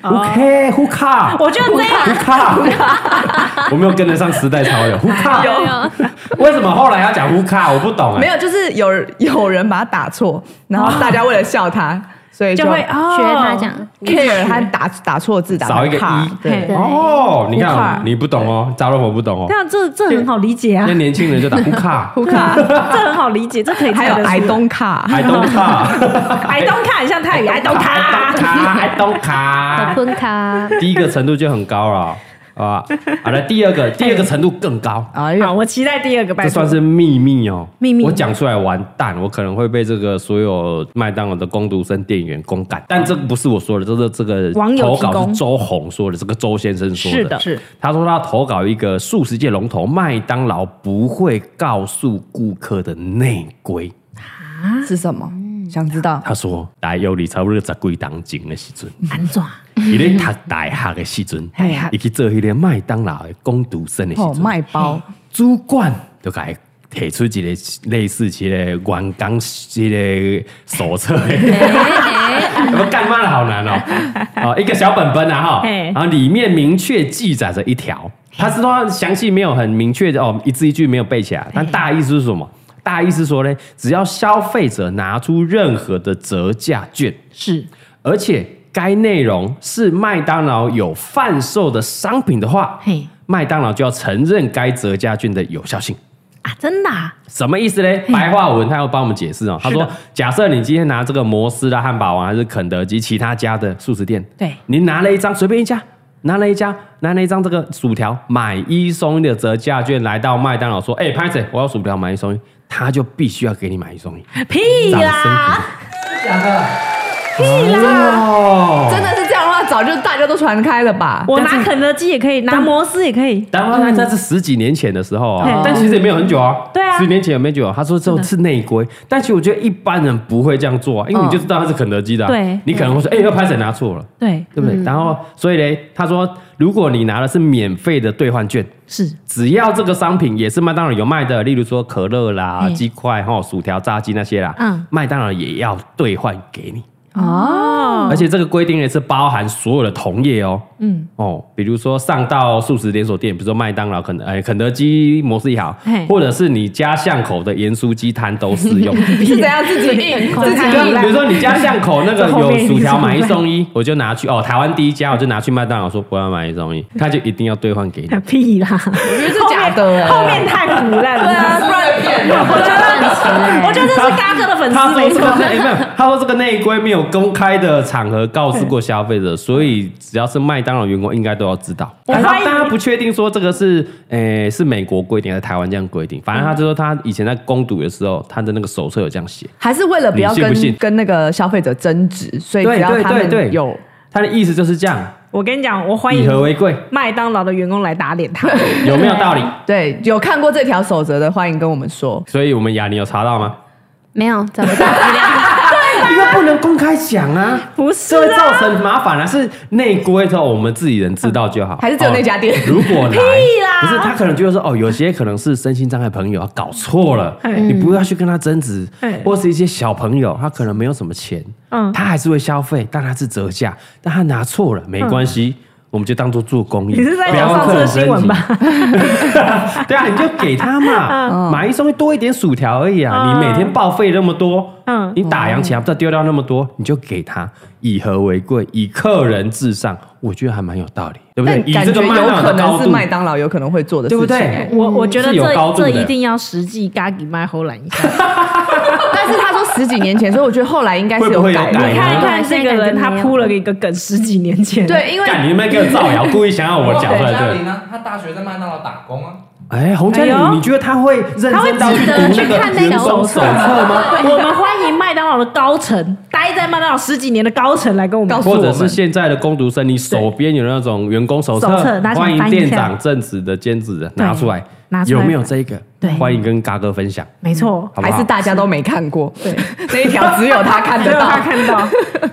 Speaker 1: care？Who care？
Speaker 2: 我觉得这一
Speaker 1: Who care？我没有 跟得上时代潮流。Who care？为什么后来要讲 Who care？我不懂
Speaker 4: 没
Speaker 1: 哎。
Speaker 4: 有，就是有有人把他打错，然后大家为了笑 他，所以
Speaker 2: 就会哦
Speaker 3: 学他讲
Speaker 4: care 他打打错字，打
Speaker 1: 少一个
Speaker 4: 卡
Speaker 1: 一
Speaker 4: 嗯对，
Speaker 1: 哦，你
Speaker 2: Who
Speaker 1: 看
Speaker 2: care？
Speaker 1: 你不懂哦，扎罗我不懂哦。
Speaker 2: 那这这很好理解啊
Speaker 1: 那，年轻人就打 Who care？I
Speaker 4: 不卡，
Speaker 2: 这很好理解，这可以
Speaker 4: 还
Speaker 2: 猜
Speaker 4: 有
Speaker 2: 得出
Speaker 4: I don't 卡，
Speaker 1: don't
Speaker 2: 啊 I
Speaker 1: care。
Speaker 2: don't 看很像泰语，I
Speaker 1: I
Speaker 2: don't
Speaker 1: don't
Speaker 2: 看。
Speaker 1: care，I don't
Speaker 3: 和
Speaker 1: care。
Speaker 3: 坤卡，
Speaker 1: 第一个程度就很高了，啊，好了，第二个，第二个程度更高，
Speaker 4: 哎
Speaker 2: 好，
Speaker 4: 呦，
Speaker 2: 我期待第二个哎拜
Speaker 1: 这
Speaker 2: 托。
Speaker 1: 算是秘密哦，
Speaker 2: 秘密
Speaker 1: 我讲出来完蛋，我可能会被这个所有麦当劳的工读生店员公干，但这个不是我说的，这是这个
Speaker 2: 网友
Speaker 1: 投
Speaker 2: 提供
Speaker 1: 稿是周红说的，这个周先生说
Speaker 2: 是的，是
Speaker 1: 他说他投稿一个素食界龙头麦当劳不会告诉顾客的内规。
Speaker 4: 是什么？想知道？
Speaker 1: 他说，大约你差不多十几当前的时阵，
Speaker 2: 安装。
Speaker 1: 伊咧读大学的时阵
Speaker 4: 嘿呀，
Speaker 1: 伊去做迄个麦当劳的工读生的时
Speaker 4: 哦，
Speaker 1: 阵，
Speaker 4: 卖包，
Speaker 1: 主管就甲伊提出一个类似一个员工一个手册的。 我们干妈的好难哦，哦，一个小本本啊哈，
Speaker 2: 嘿
Speaker 1: 然后里面明确记载着一条，他是说详细没有很明确的哦，一字一句没有背起来，但大意是什么？大意是说呢，只要消费者拿出任何的折价券，
Speaker 2: 是，
Speaker 1: 而且该内容是麦当劳有贩售的商品的话，
Speaker 2: 嘿
Speaker 1: 麦当劳就要承认该折价券的有效性。
Speaker 2: 啊，真的啊，
Speaker 1: 什么意思
Speaker 4: 嗯
Speaker 1: 嘞？白话文他要帮我们解释哦。他说，假设你今天拿这个摩斯的汉堡啊王还是肯德基其他家的素食店，
Speaker 2: 对
Speaker 1: 你拿了一张随便一家，拿了一家，拿了一张这个薯条买一送一的折价券，来到麦当劳说，哎、拍子，我要薯条买一送一，他就必须要给你买一送一。
Speaker 2: 屁
Speaker 1: 掌
Speaker 2: 啦，
Speaker 1: 声
Speaker 5: 真的假的？
Speaker 1: 鼓励哦，
Speaker 4: 哎真的是这样的话，早就大家都传开了吧？
Speaker 2: 我拿肯德基也可以，拿摩斯也可以，
Speaker 1: 然后他那是十几年前的时候、
Speaker 2: 嗯
Speaker 1: 哦，但其实也没有很久啊。
Speaker 2: 对啊
Speaker 1: 十几年前也没久、啊。他说这是内规，但其实我觉得一般人不会这样做啊，因为你就知道他是肯德基的、啊，
Speaker 2: 哦对嗯
Speaker 1: 你可能会说，哎、要拍谁拿错了，
Speaker 2: 对，
Speaker 1: 对不对？然后所以嘞，他说如果你拿的是免费的兑换券。
Speaker 2: 是
Speaker 1: 只要这个商品也是麦当劳有卖的，例如说可乐啦
Speaker 2: 嘿、
Speaker 1: 鸡块、哈、薯条、炸鸡那些啦，
Speaker 2: 嗯
Speaker 1: 麦当劳也要兑换给你。
Speaker 2: 哦
Speaker 1: 而且这个规定也是包含所有的同业哦，嗯，哦，比如说上到素食连锁店，比如说麦当劳、肯哎肯德基、摩斯也好
Speaker 2: 嘿，
Speaker 1: 或者是你家巷口的盐酥鸡摊都适 用。
Speaker 4: 是怎样自己 硬自己
Speaker 1: 就
Speaker 4: 硬
Speaker 1: 比如说你家巷口那个
Speaker 2: 这后
Speaker 1: 有
Speaker 2: 面
Speaker 1: 薯条
Speaker 2: 一直
Speaker 1: 买一送一，我就拿去哦，台湾第一家我就拿去麦当劳说不要买一送一，他就一定要兑换给你。
Speaker 2: 屁啦！我
Speaker 4: 觉得是假的哎
Speaker 2: 后面太腐烂了。
Speaker 4: 对啊，不然
Speaker 5: 骗
Speaker 2: 我
Speaker 5: 人。
Speaker 2: 觉得，我觉得这是嘎哥的粉
Speaker 1: 他
Speaker 2: 丝
Speaker 1: 说
Speaker 2: 没
Speaker 1: 这
Speaker 2: 错
Speaker 1: 个。内、哎没有，他说这个内规没有公开的场合告知过消费者，所以只要是麦当劳员工应该都要知道。
Speaker 2: 我
Speaker 1: 但
Speaker 2: 怀疑
Speaker 1: 大家不确定说这个是诶、是美国规定还是台湾这样规定，反正他就说他以前在攻读的时候，他的那个手册有这样写。
Speaker 4: 还是为了不要
Speaker 1: 你信
Speaker 4: 跟
Speaker 1: 不信
Speaker 4: 跟那个消费者争执，所以只要他
Speaker 1: 对对对
Speaker 4: 们
Speaker 1: 对
Speaker 4: 有
Speaker 1: 他的意思就是这样，
Speaker 2: 我跟你讲，我欢
Speaker 1: 以
Speaker 2: 迎
Speaker 1: 和为贵，
Speaker 2: 麦当劳的员工来打脸他。
Speaker 1: 有没有道理？
Speaker 4: 对有看过这条守则的，欢迎跟我们说。
Speaker 1: 所以我们雅尼有查到 吗？
Speaker 3: 没有找不到资料。
Speaker 1: 因为不能公开讲啊，
Speaker 2: 不是
Speaker 1: 这会
Speaker 2: 啊
Speaker 1: 造成麻烦啊，是内规头，我们自己人知道就好。
Speaker 4: 还是只有那家店
Speaker 1: 哦如果来，
Speaker 2: 啦
Speaker 1: 不是他可能觉得说，哦，有些可能是身心障碍朋友啊，搞错了，
Speaker 2: 嗯
Speaker 1: 你不要去跟他争执
Speaker 2: 嗯，
Speaker 1: 或是一些小朋友，他可能没有什么钱，
Speaker 2: 嗯
Speaker 1: 他还是会消费，但他是折价，但他拿错了，没关系。我们就当做做公益，
Speaker 2: 嗯你是在
Speaker 1: 不要
Speaker 2: 讲上次的
Speaker 1: 客人
Speaker 2: 新闻
Speaker 1: 生气
Speaker 2: 吧？
Speaker 1: 对啊，你就给他嘛，买一送一多一点薯条而已啊。
Speaker 2: 嗯
Speaker 1: 你每天报废那么多，
Speaker 2: 嗯
Speaker 1: 嗯，你打烊前不知道丢掉那么多，你就给他，以和为贵，以客人至上，我觉得还蛮有道理，对不对
Speaker 4: 但？
Speaker 1: 以
Speaker 4: 感
Speaker 1: 这
Speaker 4: 觉
Speaker 1: 个麦
Speaker 4: 有
Speaker 1: 当劳
Speaker 4: 可
Speaker 1: 的高
Speaker 4: 能是
Speaker 1: 度，
Speaker 4: 麦当劳有可能会做的
Speaker 1: 对
Speaker 4: 事情，
Speaker 1: 不
Speaker 4: 欸
Speaker 1: 对？
Speaker 2: 我我觉得
Speaker 1: 嗯是有高度
Speaker 2: 这这
Speaker 1: 的
Speaker 2: 一定要实际嘎给麦后揽一下。
Speaker 4: 但是他说十几年前，所以我觉得后来应该是
Speaker 1: 会不会有
Speaker 4: 改
Speaker 1: 改
Speaker 4: 的。
Speaker 2: 你看看这个人，他铺了一个梗，十几年前。，
Speaker 4: 对，因为
Speaker 1: 干你们给我造谣，故意想要我讲出来，
Speaker 5: 嘉
Speaker 1: 对
Speaker 5: 玲？呢？她大学在麦当劳打工啊，
Speaker 1: 哎，洪嘉
Speaker 2: 哎呦
Speaker 1: 玲，你觉得他会认真到去读那
Speaker 3: 他会值得去看
Speaker 1: 个
Speaker 3: 那个
Speaker 1: 员工手册吗？
Speaker 2: 我们欢迎麦当劳的高层，待在麦当劳十几年的高层来跟我们
Speaker 4: 告诉
Speaker 1: 或
Speaker 4: 我
Speaker 1: 者
Speaker 4: 们
Speaker 1: 是现在的工读生，你手边有那种员工手册
Speaker 2: 手册拿，起来
Speaker 1: 欢迎
Speaker 2: 翻一下
Speaker 1: 店长正职的兼职的拿出来，
Speaker 2: 拿出来
Speaker 1: 有没有这一个？
Speaker 2: 对
Speaker 1: 欢迎跟嘎哥分享，
Speaker 2: 没错，
Speaker 1: 好不好？
Speaker 4: 还是大家都没看过，
Speaker 2: 对，
Speaker 4: 那一条只有他 看得到
Speaker 2: 他。看到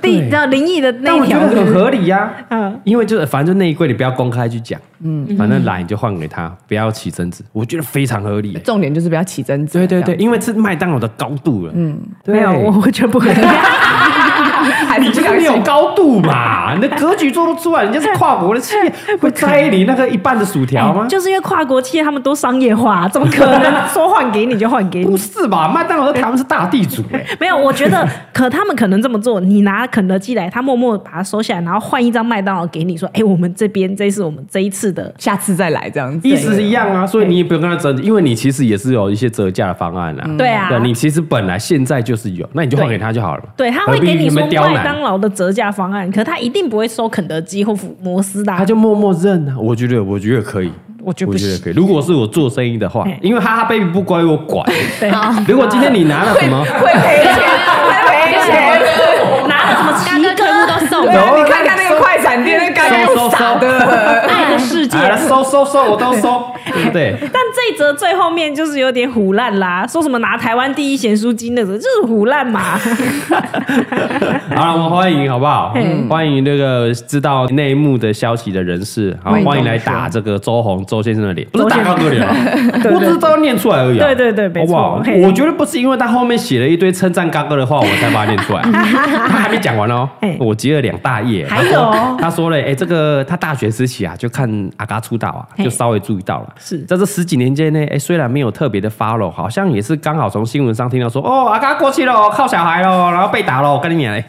Speaker 2: 第叫灵异的那
Speaker 1: 但
Speaker 2: 一
Speaker 1: 我觉
Speaker 2: 条
Speaker 1: 得，很合理呀、
Speaker 2: 嗯
Speaker 1: 因为就是反正就内柜你不要公开去讲，嗯，反正来你就换给他，不要起争执，我觉得非常合理、
Speaker 4: 重点就是不要起争执。
Speaker 1: 对对
Speaker 4: 这
Speaker 1: 对，
Speaker 4: 样，
Speaker 1: 因为是麦当劳的高度了，嗯，
Speaker 2: 没有，我我觉得不合理。
Speaker 4: 还
Speaker 1: 你
Speaker 4: 是
Speaker 1: 就
Speaker 4: 不
Speaker 1: 是
Speaker 4: 相
Speaker 1: 没有
Speaker 4: 信。
Speaker 1: 高度 嘛，你的格局做得出来，人家是跨国的企业，会拆你那个一半的薯条吗？
Speaker 2: 哎就是因为跨国企业他们都商业化，怎么可 能说换给你就换给
Speaker 1: 不
Speaker 2: 你？
Speaker 1: 是吧？麦当劳在台湾是大地主哎、
Speaker 2: 没有，我觉得可他们可能这么做，你拿肯德基来，他默默把它收下来，然后换一张麦当劳给你，说：“哎、我们这边这是我们这一次的
Speaker 4: 下次再来这样子，
Speaker 1: 意思是一样啊，所以你也不用跟他争，因为你其实也是有一些折价的方案啦。
Speaker 2: 对啊
Speaker 1: 你其实本来现在就是有，那你就换给他就好了嘛。
Speaker 2: 对，他会
Speaker 1: 何必
Speaker 2: 给你
Speaker 1: 那
Speaker 2: 说
Speaker 1: 么刁难
Speaker 2: 麦当劳的折价方案，可他一定不会收肯德基或福摩斯的啊、
Speaker 1: 他就默默认啊。我觉得，我觉得可以，
Speaker 2: 我觉得
Speaker 1: 我
Speaker 2: 不
Speaker 1: 觉得
Speaker 2: 行。
Speaker 1: 可以。如果是我做生意的话
Speaker 2: 嘿，
Speaker 1: 因为哈哈 baby 不归我 管。
Speaker 2: 对，啊
Speaker 1: 如果今天你拿了什么，
Speaker 4: 会赔钱，会赔钱。
Speaker 1: 哦
Speaker 2: 拿了什么
Speaker 3: 刚
Speaker 2: 奇
Speaker 3: 刚客户都送
Speaker 4: 对
Speaker 3: 了，
Speaker 4: 啊，你看看那个快餐店，那刚
Speaker 1: 收
Speaker 4: 刚
Speaker 1: 收
Speaker 4: 傻 的。
Speaker 2: 爱的世界？
Speaker 1: 哎来收收收，我都 收，对不对？
Speaker 2: 但这一则最后面就是有点虎烂啦，说什么拿台湾第一咸酥鸡那种，就是虎烂嘛。
Speaker 1: 好了，我们欢迎好不好
Speaker 2: 嗯？
Speaker 1: 欢迎那个知道内幕的消息的人士，好，
Speaker 4: 欢迎
Speaker 1: 欢迎来
Speaker 4: 跟我们说
Speaker 1: 打这个周红周先生的脸，不是
Speaker 2: 周
Speaker 1: 打
Speaker 2: 先生
Speaker 1: 高哥 脸哦，我只是都要念出来而已啊。
Speaker 2: 对对对没错
Speaker 1: 好不好
Speaker 2: 嘿
Speaker 1: 我觉得不是因为他后面写了一堆称赞高哥的话，我才把它念 出来，他还没讲完哦
Speaker 2: 嘿，
Speaker 1: 我截了两大页。
Speaker 2: 哎还有哦
Speaker 1: 他说了，哎，这个他大学时期啊，就看阿嘎出道啊，
Speaker 2: 嘿
Speaker 1: 就稍微注意到了。
Speaker 2: 是
Speaker 1: 在这十几年间呢，哎，虽然没有特别的 follow，好像也是刚好从新闻上听到说，哦，阿嘎过去了，靠小孩了，然后被打了，我跟你 讲嘞。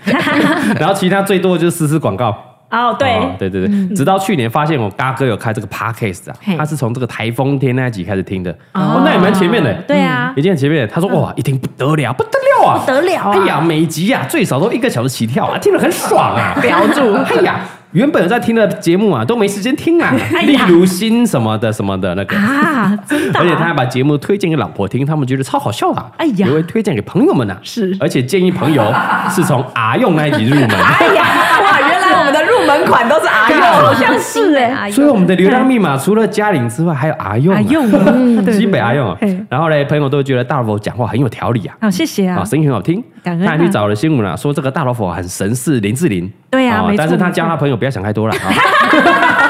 Speaker 1: 然后其他最多的就是实施广告。
Speaker 2: 哦，对，
Speaker 1: 哦对对对，直到去年发现我嘎哥有开这个 podcast 啊
Speaker 2: 嘿，
Speaker 1: 他是从这个台风天那一集开始听的，哦，那也蛮前面的，
Speaker 2: 对啊
Speaker 1: 嗯已经很前面。他说哇，一听不得了，不得了啊，
Speaker 2: 不得了啊哦
Speaker 1: 哎呀，每集啊最少都一个小时起跳啊，听得很爽 啊，
Speaker 4: 标注
Speaker 1: 哎呀。原本有在听的节目啊，都没时间听 啊，例
Speaker 2: 哎呀
Speaker 1: 如新什么的什么的那个，
Speaker 2: 啊，真的啊、
Speaker 1: 而且他还把节目推荐给老婆听，他们觉得超好笑的、
Speaker 2: 哎呀
Speaker 1: 也会推荐给朋友们呐、
Speaker 2: 是
Speaker 1: 而且建议朋友是从阿用那一集入 门。
Speaker 4: 哎呀，哇，原来我们的入门款都是阿
Speaker 1: 干
Speaker 4: 佑，
Speaker 3: 好像是哎
Speaker 1: 所以我们的流量密码除了嘉玲之外，还有阿用、啊，
Speaker 2: 啊用啊，对对
Speaker 1: 西北阿用、啊
Speaker 2: 嘿。
Speaker 1: 然后嘞，朋友都觉得大老佛讲话很有条理啊，
Speaker 2: 好，谢谢啊
Speaker 1: 啊，，声音很好听。
Speaker 2: 感恩
Speaker 1: 他
Speaker 2: 啊
Speaker 1: 还去找了新闻啊，说这个大老佛很神似林志玲。
Speaker 2: 对啊
Speaker 1: 哦
Speaker 2: 没错
Speaker 1: 但是他
Speaker 2: 没错
Speaker 1: 教他朋友不要想太多了啊。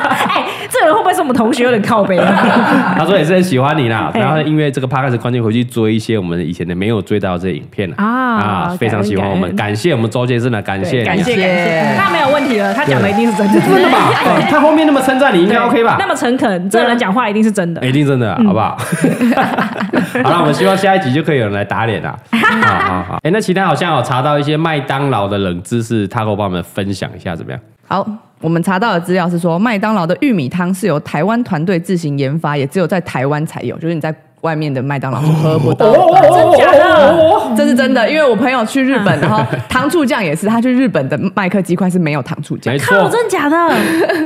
Speaker 2: 哎，这个人会不会是我们同学有点靠背啊。
Speaker 1: 他说也是很喜欢你啦，
Speaker 2: 哎
Speaker 1: 然后因为这个 podcast 关键回去追一些我们以前的没有追到这些影片
Speaker 2: 啊
Speaker 1: 非常喜欢我们，感谢我们周先生的，感谢你啊
Speaker 2: 感谢感谢，那没有问题了，他讲的一定是真的，
Speaker 1: 真的 吧？哦他后面那么称赞你，应
Speaker 2: 对嗯
Speaker 1: 该 OK 吧？
Speaker 2: 那么诚恳，这人讲话一定是真的
Speaker 1: 欸。一定真的啊，好不 好？好了，我们希望下一集就可以有人来打脸啊啦。好好好，哎、那其他好像有查到一些麦当劳的冷知识，他给我帮我们分享一下怎么样？
Speaker 4: 好，我们查到的资料是说，麦当劳的玉米汤是由台湾团队自行研发，也只有在台湾才有，就是你在外面的麦当劳是喝不到的。
Speaker 1: 哦
Speaker 2: 假的，
Speaker 4: 这是真的，因为我朋友去日本，然后糖醋酱也是，他去日本的麦克鸡块是没有糖醋酱
Speaker 1: 没。
Speaker 2: 靠，
Speaker 1: 错，
Speaker 2: 真的假的？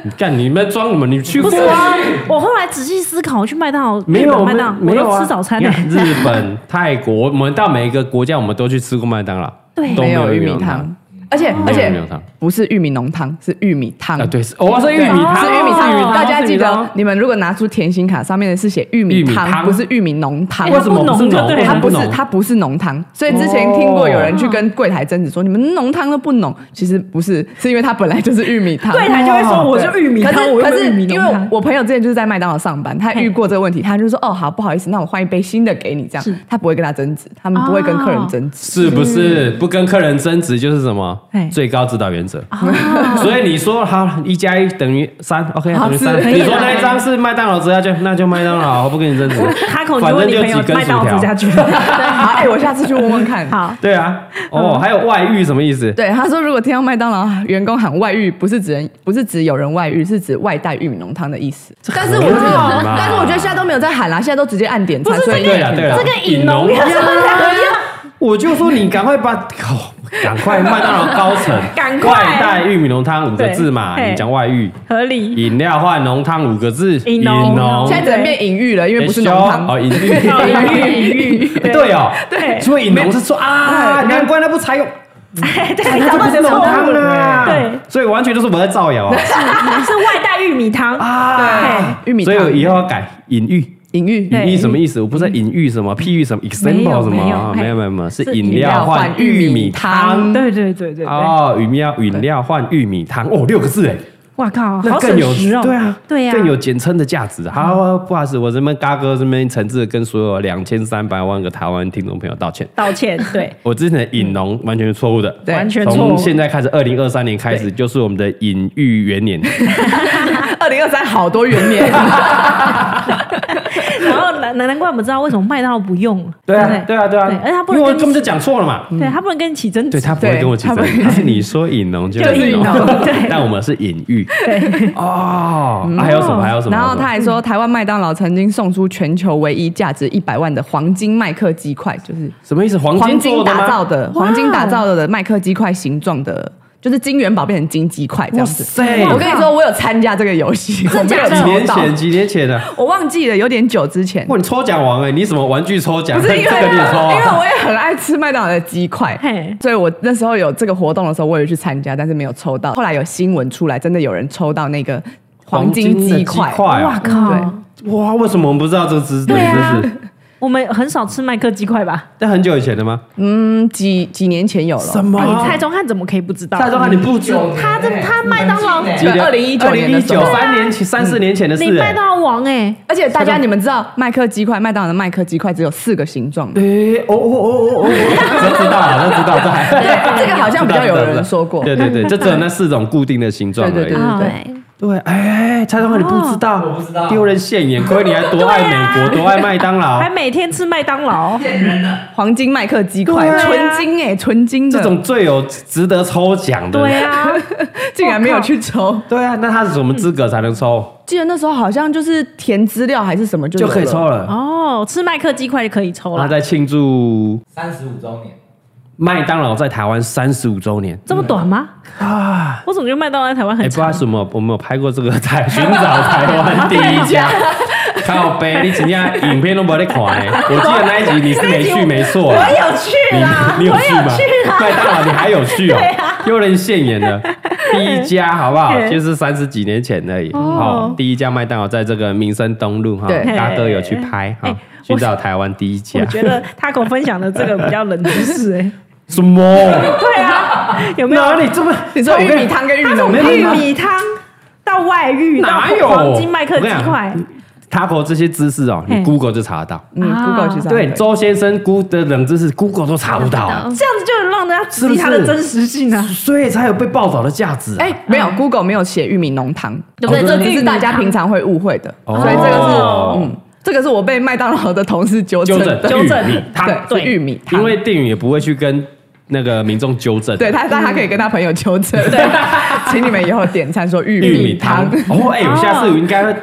Speaker 1: 你干你们装我们，你去
Speaker 2: 不
Speaker 1: 过
Speaker 2: 是啊，我后来仔细思考，我去麦当劳，
Speaker 1: 没
Speaker 2: 日
Speaker 1: 有
Speaker 2: 本麦当劳，
Speaker 1: 没
Speaker 2: 我
Speaker 1: 有
Speaker 2: 都
Speaker 1: 啊
Speaker 2: 吃早餐
Speaker 1: 你
Speaker 2: 呢。
Speaker 1: 看日本、泰国，我们到每一个国家，我们都去吃过麦当劳，
Speaker 2: 对
Speaker 1: 都
Speaker 4: 没有
Speaker 1: 有
Speaker 4: 玉
Speaker 1: 玉
Speaker 4: 米汤，，而且而
Speaker 1: 没有玉
Speaker 4: 且
Speaker 1: 米汤
Speaker 4: 不是玉米浓汤，是玉米汤
Speaker 1: 啊，。对，是我是玉米汤，
Speaker 4: 哦
Speaker 1: 哦
Speaker 4: 是玉米
Speaker 1: 是玉米
Speaker 2: 哦
Speaker 4: 汤，
Speaker 1: 汤
Speaker 4: 大家记
Speaker 1: 是玉米汤
Speaker 4: 得，你们如果拿出甜心卡，上面的是写玉米
Speaker 1: 玉米汤
Speaker 4: 汤，不是玉米浓汤。
Speaker 1: 为什么不是
Speaker 2: 它不浓就
Speaker 1: 浓？
Speaker 2: 对
Speaker 1: 为什
Speaker 2: 了
Speaker 4: 它
Speaker 1: 么
Speaker 4: 不是
Speaker 1: 浓？
Speaker 4: 它不是浓汤，所以之前听过有人去跟柜台争执说，你们浓汤都不浓，其实不是，是因为它本来就是玉米汤。
Speaker 2: 柜台就会说，我就玉米
Speaker 4: 可
Speaker 2: 汤，
Speaker 4: 是
Speaker 2: 我又
Speaker 4: 可
Speaker 2: 不是
Speaker 4: 是
Speaker 2: 玉米
Speaker 4: 因
Speaker 2: 浓
Speaker 4: 为
Speaker 2: 汤。
Speaker 4: 我朋友之前就是在麦当劳上班，他遇过这个问题，他就说哦好不好意思，那我换一杯新的给你，这样他不会跟他争执，他们不会跟客人 争执。
Speaker 1: 是不是不跟客人争执就是什么
Speaker 4: 哎
Speaker 1: 最高指导原则？
Speaker 2: 哦
Speaker 1: 所以你说好一加一等于三，OK
Speaker 4: 好
Speaker 1: 等于三。
Speaker 4: 是
Speaker 1: 你说那一张是麦当劳之家券，那就麦当劳，我不跟你 争执。
Speaker 2: 哈口，你
Speaker 1: 反
Speaker 2: 问
Speaker 1: 正就
Speaker 2: 你朋
Speaker 1: 几
Speaker 2: 友
Speaker 1: 根
Speaker 2: 麦当
Speaker 1: 薯
Speaker 2: 劳家
Speaker 1: 条。
Speaker 2: 具。
Speaker 4: 好，哎，我下次去问问看。
Speaker 2: 好，
Speaker 1: 对啊，
Speaker 2: 嗯
Speaker 1: 哦，还有外遇什么意思？
Speaker 4: 对，他说如果听到麦当劳员工喊外遇，不是指人，不是指有人外遇，是指外带玉米浓汤的意思。但是我觉
Speaker 1: 合理
Speaker 4: 得
Speaker 1: 吗，
Speaker 4: 但是我觉得现在都没有在喊啦，现在都直接按点
Speaker 2: 不
Speaker 4: 餐，
Speaker 2: 是
Speaker 4: 所以
Speaker 1: 对了啊对了，
Speaker 2: 这跟饮农
Speaker 1: 呀
Speaker 2: 有什么两样？
Speaker 1: 我就说你赶快把，哦赶快麦当劳高层，
Speaker 2: 赶快
Speaker 1: 外带玉米浓汤五个
Speaker 2: 对
Speaker 1: 字嘛，
Speaker 2: 嘿
Speaker 1: 你讲外遇，
Speaker 2: 合理。
Speaker 1: 饮料换浓汤五个字，
Speaker 2: 饮浓
Speaker 4: 现在只能变隐喻了，因为不是浓汤。
Speaker 1: 哦，隐喻，
Speaker 2: 隐喻隐喻
Speaker 1: 对哦，
Speaker 2: 对
Speaker 1: 所以隐农是说啊，难怪那不才有，
Speaker 2: 哎对，他们
Speaker 1: 是浓汤啦，
Speaker 2: 对，
Speaker 1: 所以完全就是我在造谣啊，
Speaker 2: 是外带玉米汤
Speaker 1: 啊
Speaker 4: 玉米
Speaker 1: 所
Speaker 4: 汤
Speaker 1: 以我以后要改隐喻。
Speaker 4: 隐喻
Speaker 1: 隐
Speaker 2: 对嗯
Speaker 1: 喻什么意思？我不是在隐喻什么，譬喻什么，example 什么
Speaker 2: 没有
Speaker 1: 啊？
Speaker 2: 没有
Speaker 1: 没有没有没有，是
Speaker 2: 是
Speaker 1: 饮
Speaker 4: 饮
Speaker 1: 料
Speaker 4: 料
Speaker 1: 换
Speaker 4: 换
Speaker 1: 玉
Speaker 4: 玉
Speaker 1: 米
Speaker 4: 米
Speaker 1: 汤
Speaker 4: 汤
Speaker 2: 对对对对对，
Speaker 1: 哦，饮料饮料换玉米汤哦，六个字哎，
Speaker 2: 哇靠，
Speaker 1: 那
Speaker 2: 好
Speaker 1: 更
Speaker 2: 省
Speaker 1: 有
Speaker 2: 时哦。
Speaker 1: 对啊
Speaker 2: 对呀，嗯
Speaker 1: 更有简称的价值。啊好，不好意思，我这边嘎哥这边诚挚地跟所有两千三百万个台湾听众朋友道歉，
Speaker 2: 道歉， 对，
Speaker 1: 我之前的引农完全是错误的，
Speaker 4: 对
Speaker 2: 嗯完全错
Speaker 1: 从
Speaker 2: 误。
Speaker 1: 现在开始，二零二三年开始就是我们的隐喻元年。
Speaker 4: 二零二三好多元年，
Speaker 2: 然后难难怪我们知道为什么麦当劳不用，不
Speaker 1: 对啊，对啊
Speaker 2: 对，而且他不
Speaker 1: 因
Speaker 2: 能
Speaker 1: 为我
Speaker 2: 跟你
Speaker 1: 根本就讲错了嘛。
Speaker 2: 对嗯他不能跟你起争
Speaker 1: 对
Speaker 2: 执，
Speaker 1: 他不会跟我起争，
Speaker 4: 对他不会
Speaker 1: 他是你说引农就
Speaker 4: 就是是
Speaker 1: 引农
Speaker 4: 引农，
Speaker 2: 哦
Speaker 1: 但我们是隐喻。对哦，啊还有什么？还有 什么？
Speaker 4: 然后他
Speaker 1: 还有
Speaker 4: 还说，台湾麦当劳曾经送出全球唯一价值一百万的黄金麦克鸡块，就是
Speaker 1: 什么什么意思？黄
Speaker 4: 黄
Speaker 1: 做
Speaker 4: 金
Speaker 1: 的
Speaker 4: 打造
Speaker 1: 吗？
Speaker 4: 的
Speaker 2: 哇哦
Speaker 4: 黄金打造的麦克鸡块形状的，就是金元宝变成金鸡块这样子。
Speaker 1: 塞
Speaker 4: 我跟你说，我有参加这个游戏，我没有
Speaker 1: 几
Speaker 4: 抽
Speaker 1: 年
Speaker 4: 到，
Speaker 1: 前，几年前的，
Speaker 4: 我忘记了，有点久之前。
Speaker 1: 哇，你抽奖王哎，你什么玩具抽奖？
Speaker 4: 不
Speaker 1: 哎这
Speaker 4: 是
Speaker 1: 个
Speaker 4: 因
Speaker 1: 你
Speaker 4: 为，
Speaker 1: 也抽
Speaker 4: 因为
Speaker 1: 啊？
Speaker 4: 我也很爱吃麦当劳的鸡块
Speaker 2: 嘿，
Speaker 4: 所以我那时候有这个活动的时候，我也去参加，但是没有抽到。后来有新闻出来，真的有人抽到那个黄金
Speaker 1: 的
Speaker 4: 鸡
Speaker 1: 鸡
Speaker 4: 块，
Speaker 2: 哇
Speaker 1: 哇
Speaker 4: 对
Speaker 2: 靠！
Speaker 1: 哇，为什么我们不知道这知这
Speaker 2: 对啊
Speaker 1: 知识？
Speaker 2: 我们很少吃麦克鸡块吧？
Speaker 1: 但很久以前的吗？
Speaker 4: 嗯，几几年前有了。
Speaker 1: 么
Speaker 2: 你蔡宗翰怎么可以不知道？
Speaker 1: 蔡宗翰，你不知
Speaker 5: 九年
Speaker 2: 他这
Speaker 5: 欸
Speaker 2: 他麦当劳
Speaker 5: 很近
Speaker 4: 对
Speaker 5: 欸
Speaker 1: 几年
Speaker 4: 2019年的时候
Speaker 1: 2019三年前、三四年前的事
Speaker 2: 你
Speaker 1: 哎
Speaker 2: 麦当劳王哎，
Speaker 4: 而且大家你们知道，麦克鸡块，麦当劳的麦克鸡块只有四个形状吗？
Speaker 1: 诶，哦哦哦哦哦，这知道了，这知道，这还
Speaker 4: 对，这个好像比较有人说过。
Speaker 1: 对对对，就只有那四种固定的形状而已。
Speaker 4: 对对对
Speaker 2: 啊
Speaker 3: 对，
Speaker 1: 对哎，蔡宗翰你不知道，
Speaker 5: 哦我不知道
Speaker 1: 丢人现眼，亏你还多爱美国，多爱麦当劳
Speaker 2: 啊还。每天吃麦 当劳，
Speaker 4: 黄金麦克鸡块
Speaker 1: 对，啊
Speaker 4: 纯金哎，纯金的，
Speaker 1: 这种最有值得抽奖的，
Speaker 2: 对啊，嗯
Speaker 4: 竟然没有去抽。
Speaker 1: 对啊，那他是什么资格才能抽？
Speaker 4: 记得那时候好像就是填资料还是什么就
Speaker 1: 就
Speaker 4: 有
Speaker 1: 可以抽
Speaker 4: 了。
Speaker 1: 了。
Speaker 2: 哦，吃麦克鸡块就可以抽
Speaker 1: 他
Speaker 2: 了，
Speaker 1: 在庆祝
Speaker 5: 三十五周年，
Speaker 1: 麦当劳在台湾三十五周年
Speaker 2: 这么短吗？
Speaker 1: 啊！
Speaker 2: 我总觉得麦当劳在台湾
Speaker 1: 哎，
Speaker 2: 很
Speaker 1: 不知道
Speaker 2: 长
Speaker 1: 为。什么我们有拍过这个台寻找台湾第一 家。靠背，你今天影片都没得看呢。我记得那一集你是没去，没错啦。
Speaker 2: 哎有去
Speaker 1: 你你有去吗？麦当劳你还有去哦，丢人现眼的。第一家好不好？
Speaker 2: 嘿
Speaker 1: 就是三十几年前而已。
Speaker 2: 哦
Speaker 1: 哦，第一家麦当劳在这个民生东路哈
Speaker 4: 对，
Speaker 1: 大哥有去拍哈
Speaker 2: 哎，
Speaker 1: 寻找台湾第一家
Speaker 2: 我。觉得他跟我分享的这个比较冷知识哎，
Speaker 1: 什么？
Speaker 2: 对啊，有没有
Speaker 1: 哪里这么？哦
Speaker 4: 你说玉米汤跟玉米浓
Speaker 1: 没有
Speaker 2: 玉
Speaker 1: 没有
Speaker 2: 米汤到到外遇，到
Speaker 1: 哪有
Speaker 2: 黄金麦克鸡
Speaker 1: 我跟
Speaker 2: 块
Speaker 1: 你，Taco 这些知识哦，你
Speaker 2: 嘿
Speaker 1: Google 就查得到。
Speaker 4: 嗯
Speaker 2: 啊
Speaker 4: ，Google 去查。
Speaker 1: 对，周先生 Google 的冷知识 Google 都查不到，
Speaker 3: 到
Speaker 2: 这样子就能让人家质疑它的真实 性啊！
Speaker 1: 所以才有被报道的价值啊。
Speaker 4: 哎，没有，Google 没有写玉米浓汤，哦
Speaker 3: 对不对
Speaker 4: 这只是大家平常会误会的，
Speaker 1: 哦
Speaker 4: 所以这个是嗯，这个是我被麦当劳的同事纠
Speaker 1: 纠
Speaker 4: 正
Speaker 1: 正
Speaker 4: 的，
Speaker 2: 纠正
Speaker 1: 玉米汤
Speaker 4: 对，是玉米汤，
Speaker 1: 因为店员也不会去跟那个民众纠正。
Speaker 4: 对他，但他可以跟他朋友纠正，嗯对， 请你们以后点餐说玉
Speaker 1: 玉米
Speaker 4: 米
Speaker 1: 汤
Speaker 4: 汤。。
Speaker 1: 哦，哎，我下次我应该会，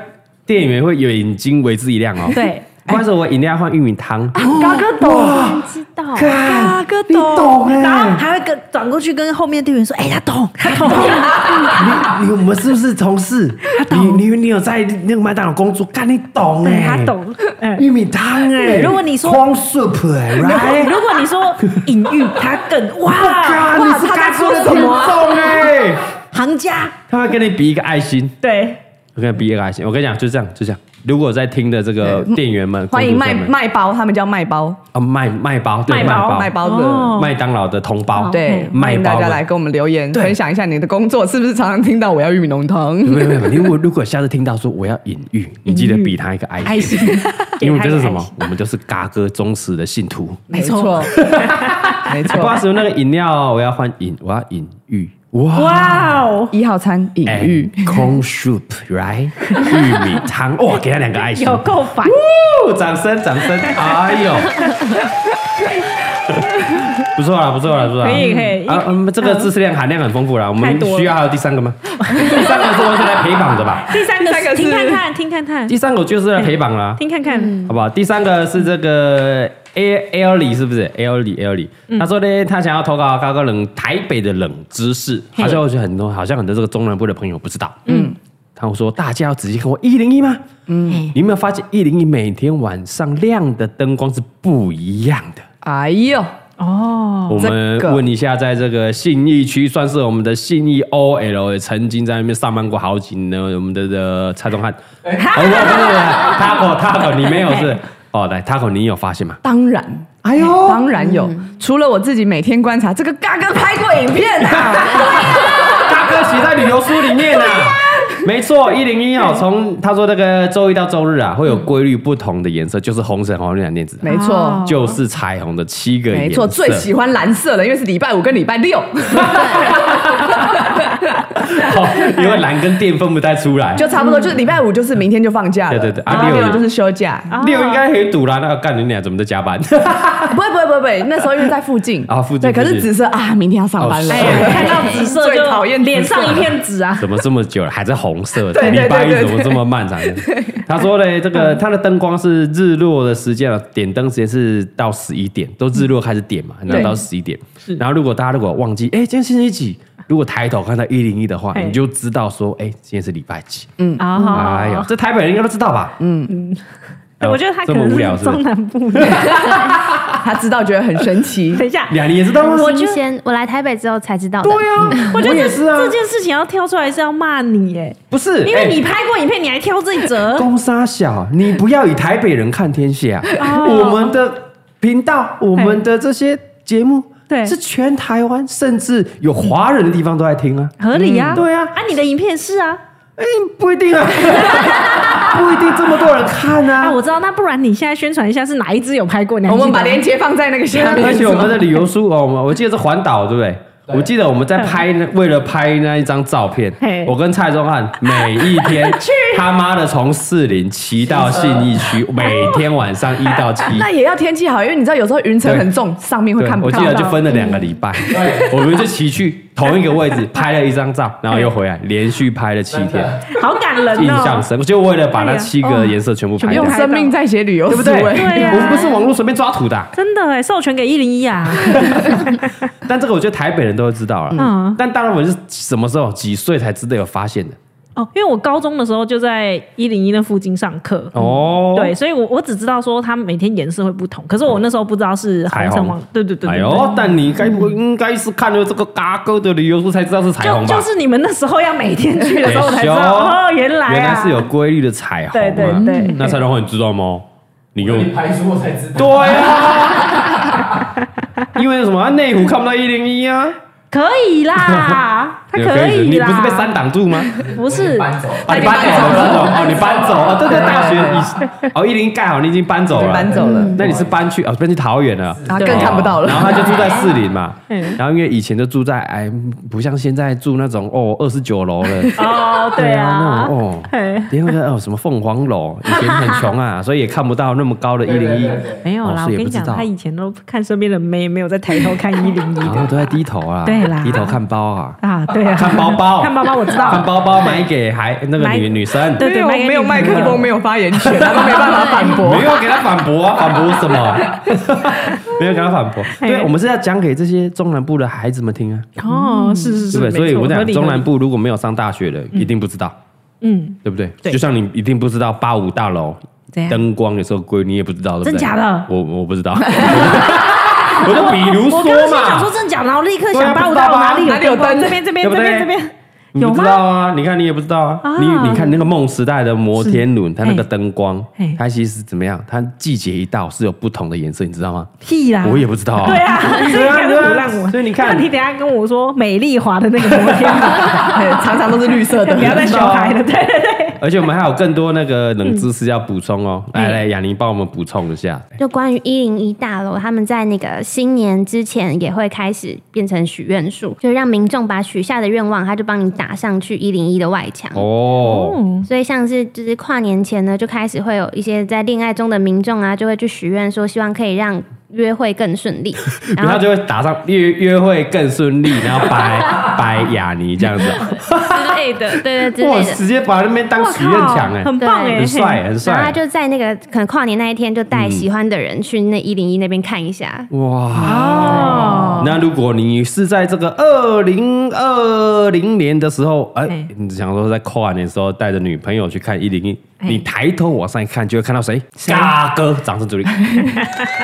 Speaker 1: 店员会有眼睛为之一亮哦。
Speaker 2: 对，
Speaker 1: 或者我饮料换玉米汤，
Speaker 2: 嘎哥懂，
Speaker 3: 知道，
Speaker 1: 哎
Speaker 2: 嘎哥懂，然后还会跟转过去跟后面店员说：“哎，他懂，他懂。
Speaker 1: 你你我们是不是同事？你你你有在那个麦当劳工作？看你懂
Speaker 2: 对
Speaker 1: 哎，
Speaker 2: 他懂嗯
Speaker 1: 玉米汤哎。
Speaker 2: 如果你说
Speaker 1: 光 soup 哎，来，
Speaker 2: 如果你说隐喻，他更哇
Speaker 1: 哇，
Speaker 2: 哇，
Speaker 1: Oh 你是
Speaker 2: 他
Speaker 1: 该
Speaker 2: 在
Speaker 1: 说的
Speaker 2: 什
Speaker 1: 很
Speaker 2: 么啊？
Speaker 1: 重哎，
Speaker 2: 行家
Speaker 1: 他会跟你比一个爱心，
Speaker 2: 对，
Speaker 1: 我跟你比一个爱心。我跟你讲，就这样，就这样。如果在听的这个
Speaker 4: 对
Speaker 1: 店员们，
Speaker 4: 欢迎
Speaker 1: 工作
Speaker 4: 卖
Speaker 1: 者们
Speaker 4: 卖包，他们叫卖包，
Speaker 1: 啊卖卖包，对
Speaker 2: 卖包
Speaker 1: 包
Speaker 4: 卖包
Speaker 2: 哦
Speaker 4: 的，
Speaker 1: 麦当劳的同胞，
Speaker 4: 对，
Speaker 1: 卖包
Speaker 4: 欢迎大家
Speaker 1: 的
Speaker 4: 来跟我们留言，
Speaker 1: 对
Speaker 4: 分享一下你的工作是不是常常听到我要玉米浓汤？
Speaker 1: 没有没有，没有如果如果下次听到说我要隐喻，你记得比他一个
Speaker 2: 嗯
Speaker 1: 爱心，因为这是什么？我们就是嘎哥忠实的信徒。
Speaker 4: 没错，没
Speaker 2: 啊
Speaker 1: 哎，不好意
Speaker 4: 错，
Speaker 1: 思，那个饮料我要换饮，我要隐喻。哇，
Speaker 2: 哇哦，
Speaker 4: 一号餐隐
Speaker 1: 哎
Speaker 4: 喻，
Speaker 1: ，corn soup right，玉米汤，哇，给他两个爱心，
Speaker 2: 有够烦。
Speaker 1: 哦掌声掌声，哎呦，不错啦，不错啦，不错啦，
Speaker 2: 可以可以
Speaker 1: 啊，嗯，这个知识量含量很丰富啦，我
Speaker 2: 太
Speaker 1: 们
Speaker 2: 多了
Speaker 1: 需要还有第三个吗？第三个是不是来陪绑的吧？
Speaker 2: 第三个
Speaker 4: 第三个
Speaker 2: 是
Speaker 4: 是
Speaker 2: 听看看，听看看
Speaker 1: 第，三个就是来陪绑啦。
Speaker 2: 听看看，
Speaker 1: 好不好？第三个是这个 A L 里是不是 L 里 L 里？他说呢，他想要投稿高高冷台北的冷知识，
Speaker 2: 嘿
Speaker 1: 好像我觉得很多，好像很多这个中南部的朋友不知道。嗯
Speaker 4: 嗯，
Speaker 1: 他们说大家要仔细看我一零一吗？嗯，你有没有发现一零一每天晚上亮的灯光是不一样的？
Speaker 4: 哎呦，
Speaker 2: 哦，
Speaker 1: 我们
Speaker 4: 这个
Speaker 1: 问一下，在这个信义区，算是我们的信义 OL，也曾经在那边上班过好几年。我们的的蔡宗翰，哦，不不不，Taco Taco，你没有是？哦，来 Taco，你有发现吗？
Speaker 4: 当然。哎呦，嗯当然有。除了我自己每天观察，这个嘎哥拍过影片 啊，
Speaker 1: 大哥写在旅游书里面啊。没错，一零一哦，从他说那个周一到周日啊，会有规律不同的颜色，就是红橙黄绿蓝靛紫，
Speaker 4: 没错，
Speaker 1: 就是彩虹的七个颜色。
Speaker 4: 没错，最喜欢蓝色的，因为是礼拜五跟礼拜 六，
Speaker 1: 哦，因为蓝跟靛分不太出来。
Speaker 4: 就差不多，就是礼拜五就是明天就放假了，
Speaker 1: 对对对啊
Speaker 4: 啊，礼拜
Speaker 1: 六
Speaker 4: 六就是休假，
Speaker 1: 六应该很堵啦，那干你俩怎么在加班？
Speaker 4: 不会不会不会不会，那时候因为在附近
Speaker 1: 啊附近
Speaker 4: 对，可
Speaker 1: 附
Speaker 4: 是
Speaker 1: 近
Speaker 4: 紫色啊，明天要上班了，
Speaker 1: 哦
Speaker 2: 哎
Speaker 1: 是
Speaker 2: 呀，看到紫色
Speaker 4: 最讨厌
Speaker 2: 就
Speaker 4: 紫色
Speaker 2: 脸上一片紫啊，
Speaker 1: 怎么这么久了还在红色？
Speaker 4: 对
Speaker 1: 礼
Speaker 4: 对
Speaker 1: 拜一
Speaker 4: 对对
Speaker 1: 怎么这么漫长？ 他说嘞，这个它的灯光是日落的时间了，啊点灯时间是到十一点，都日落开始点嘛，然后到十一点。然后如果大家如果忘记，哎，今天星期几？如果抬头看到一零一的话，
Speaker 2: 哎
Speaker 1: 你就知道说，哎，今天是礼拜几。
Speaker 4: 哦
Speaker 2: 啊，
Speaker 1: 哎呀，这台北人应该都知道吧？嗯嗯
Speaker 2: 哎我觉得他
Speaker 1: 这
Speaker 2: 可
Speaker 1: 么
Speaker 2: 能
Speaker 1: 无聊
Speaker 2: 是
Speaker 1: 是不
Speaker 2: 中
Speaker 1: 是？
Speaker 2: 南部的。
Speaker 4: 他知道觉得很神 奇，
Speaker 2: 等一下，
Speaker 1: 俩你也知道吗？
Speaker 3: 我新鲜，我来台北之后才知道的。
Speaker 1: 对啊，
Speaker 2: 我觉得
Speaker 1: 也
Speaker 2: 这
Speaker 1: 是啊
Speaker 2: 这，件事情要挑出来是要骂你哎，
Speaker 1: 不是，
Speaker 2: 因为
Speaker 1: 哎
Speaker 2: 你拍过影片，你还挑这一则，
Speaker 1: 公沙小，你不要以台北人看天下。啊
Speaker 2: 哦
Speaker 1: 我们的频道，我们的这些节目，
Speaker 2: 对
Speaker 1: 是全台湾，甚至有华人的地方都在听啊。
Speaker 2: 合理啊，
Speaker 1: 嗯对啊
Speaker 2: 啊，你的影片是啊，
Speaker 1: 哎、不一定 啊，不一定这么多人看
Speaker 2: 啊，
Speaker 1: 啊。
Speaker 2: 我知道，那不然你现在宣传一下是哪一支有拍过？你还
Speaker 4: 我
Speaker 2: 记得
Speaker 4: 们
Speaker 2: 吗
Speaker 4: 把链接放在那个下面，
Speaker 1: 而且我们的旅游书哦，我们我记得是环岛，对不对？我记得我们在拍那，为了拍那一张照片
Speaker 2: 嗯嘿，
Speaker 1: 我跟蔡宗翰每一 天他妈的从士林骑到信义 区，每天晚上一到七。
Speaker 4: 那也要天气好，因为你知道有时候云层很重，上面会
Speaker 1: 嗯对，
Speaker 4: 看不
Speaker 1: 我
Speaker 4: 到。
Speaker 1: 记得就分了两个礼拜，
Speaker 5: 嗯
Speaker 1: 我们就骑去同一个位置拍了一张照，然后又回来，连续
Speaker 5: 嗯
Speaker 1: 拍了七天，
Speaker 2: 好感 人
Speaker 1: 印象
Speaker 2: 哦，
Speaker 1: 深，就为了把那七个颜色全部拍掉
Speaker 4: 用，生命在写旅游
Speaker 1: 对
Speaker 4: 书，
Speaker 1: 不对？
Speaker 4: 哎
Speaker 2: 对啊
Speaker 1: 我们不是网络随便抓图的啊，
Speaker 2: 真的哎，授权给一零一 啊，
Speaker 1: 但这个我觉得台北人都会知道了
Speaker 2: 嗯，
Speaker 1: 但大部分是什么时候几岁才知道有发现的？
Speaker 2: 哦，因为我高中的时候就在一零一那附近上课。
Speaker 1: 哦，
Speaker 2: 嗯对，，所以我我只知道说它每天颜色会不同，可是我那时候不知道是
Speaker 1: 彩
Speaker 2: 红
Speaker 1: 虹
Speaker 2: 橙黄，对对对
Speaker 1: 哎
Speaker 2: 对
Speaker 1: 呦，但你该不应该是看了这个嘎哥的旅游书才知道是彩
Speaker 2: 对，就
Speaker 1: 虹吧
Speaker 2: 就？是你们那时候要每天去的时候我才知道，
Speaker 1: 哎
Speaker 2: 哦，
Speaker 1: 呦
Speaker 2: 原来啊
Speaker 1: 原来是有规律的彩虹啊，
Speaker 2: 对对对
Speaker 1: 那蔡东华你知道吗？你
Speaker 5: 我
Speaker 1: 用
Speaker 5: 你排除我才知道。
Speaker 1: 对啊，因为什么？内湖看不到一零一啊，
Speaker 2: 可以啦， 他
Speaker 1: 对
Speaker 2: 可以
Speaker 1: 你
Speaker 2: 啦，
Speaker 1: 不是被山挡住吗？
Speaker 2: 不是，
Speaker 5: 搬走，
Speaker 1: 啊，你搬走了，搬走了，哦，你搬走了，对对，大学你哦，一零盖好，你已经搬走了，
Speaker 4: 搬走了，
Speaker 1: 那你是搬去哦，搬去桃园了。
Speaker 4: 啊，
Speaker 2: 对
Speaker 4: 更看不到了。
Speaker 1: 然后他就住在士林嘛，
Speaker 2: 嗯
Speaker 1: 然后因为以前就住在哎，不像现在住那种哦二十九楼了，
Speaker 2: 哦，对
Speaker 1: 那
Speaker 2: 啊，
Speaker 1: 种哦，
Speaker 2: 嘿
Speaker 1: 因为哦什么凤凰楼，以前很穷啊，所以也看不到那么高的一零一，
Speaker 2: 没有
Speaker 1: 哦
Speaker 2: 啦，
Speaker 1: 所
Speaker 2: 我
Speaker 1: 以也
Speaker 2: 跟你
Speaker 1: 不知
Speaker 2: 讲，
Speaker 1: 道
Speaker 2: 他以前都看身边的妹，没有在抬头看一零一
Speaker 1: 然后都在低头啊，
Speaker 2: 对啦
Speaker 1: 低头看包啊，
Speaker 2: 啊，对啊，
Speaker 1: 看包包，
Speaker 2: 看包包我知
Speaker 1: 看
Speaker 2: 道，
Speaker 1: 包包买给还那个
Speaker 2: 买
Speaker 1: 女女生，
Speaker 2: 对对
Speaker 4: 因为
Speaker 2: 卖给
Speaker 4: 我没有
Speaker 2: 女
Speaker 4: 麦
Speaker 2: 朋
Speaker 4: 克
Speaker 2: 友
Speaker 4: 风，没有发言权，他们没办法反驳
Speaker 1: 没。有给他反驳啊，反驳什 么？没有给他反驳。
Speaker 2: 哎
Speaker 1: 对，我们是要讲给这些中南部的孩子们听啊，
Speaker 2: 哦，是是
Speaker 1: 对不对？
Speaker 2: 是，没
Speaker 1: 所以
Speaker 2: 错
Speaker 1: 我
Speaker 2: 合
Speaker 1: 讲
Speaker 2: 理
Speaker 1: 中
Speaker 2: 合
Speaker 1: 南
Speaker 2: 理
Speaker 1: 部如果没有上大学的，一定不知道，
Speaker 2: 嗯，
Speaker 1: 对不对？
Speaker 2: 对
Speaker 1: 就像你一定不知道八五大楼
Speaker 2: 怎样
Speaker 1: 灯光有时候归你也不知道，对不对？
Speaker 2: 真假的
Speaker 1: 我我不知道， 我就比如
Speaker 2: 我刚刚
Speaker 1: 说
Speaker 2: 心想
Speaker 1: 嘛
Speaker 2: 说，真假，然后立刻
Speaker 1: 对啊
Speaker 2: 想八
Speaker 1: 不
Speaker 2: 五
Speaker 1: 知道
Speaker 2: 大楼
Speaker 1: 吧
Speaker 2: 哪里
Speaker 4: 哪里有
Speaker 2: 灯光？
Speaker 4: 灯
Speaker 2: 这边这边
Speaker 1: 对
Speaker 2: 这
Speaker 1: 不
Speaker 2: 边
Speaker 1: 对
Speaker 2: 这边
Speaker 1: 你不
Speaker 2: 有
Speaker 1: 知
Speaker 2: 吗？
Speaker 1: 道啊？你看你也不知道啊
Speaker 2: 啊。
Speaker 1: 你你看那个梦时代的摩天轮，它那个
Speaker 2: 嘿
Speaker 1: 灯光
Speaker 2: 嘿，
Speaker 1: 它其实怎么样？它季节一到是有不同的颜色，你知道吗？
Speaker 2: 屁啦！
Speaker 1: 我也不知道啊。
Speaker 2: 对啊，所以你看
Speaker 1: 对啊
Speaker 2: 不让我。
Speaker 1: 所以你看
Speaker 2: 那你等一下跟我说美丽华的那个摩天轮，
Speaker 4: 对常常都是绿 色的
Speaker 2: 不。要再小孩了，对对对。
Speaker 1: 而且我们还有更多那个冷知识要补充哦。来来，雅宁帮我们补充一下。
Speaker 3: 就关于一零一大楼，他们在那个新年之前也会开始变成许愿树，就让民众把许下的愿望，他就帮你打上去一零一的外墙。
Speaker 1: 哦，
Speaker 3: 所以像是就是跨年前呢，就开始会有一些在恋爱中的民众啊，就会去许愿说，希望可以让约会更顺利。然
Speaker 1: 然后
Speaker 3: 后
Speaker 1: 就会打上约约会更顺利，然后掰掰雅尼这样子。
Speaker 3: 之类的，对对之
Speaker 1: 哇，
Speaker 3: 类的。
Speaker 1: 直接把那边当
Speaker 2: 我
Speaker 1: 许愿墙
Speaker 2: 靠，
Speaker 1: 哎，
Speaker 2: 很棒哎，
Speaker 3: 对
Speaker 1: 很帅很
Speaker 3: 然后他
Speaker 1: 帅。
Speaker 3: 就在那个可能跨年那一天，就带喜欢的人去那一零一那边看一下。
Speaker 1: 哇！
Speaker 2: 哦。
Speaker 1: 那如果你是在这个二零二零年的时候，哎
Speaker 2: 哎，
Speaker 1: 你想说在跨年的时候带着女朋友去看一零一，
Speaker 2: 哎
Speaker 1: 你抬头往上一看，就会看到谁？嘎哥，掌声鼓励，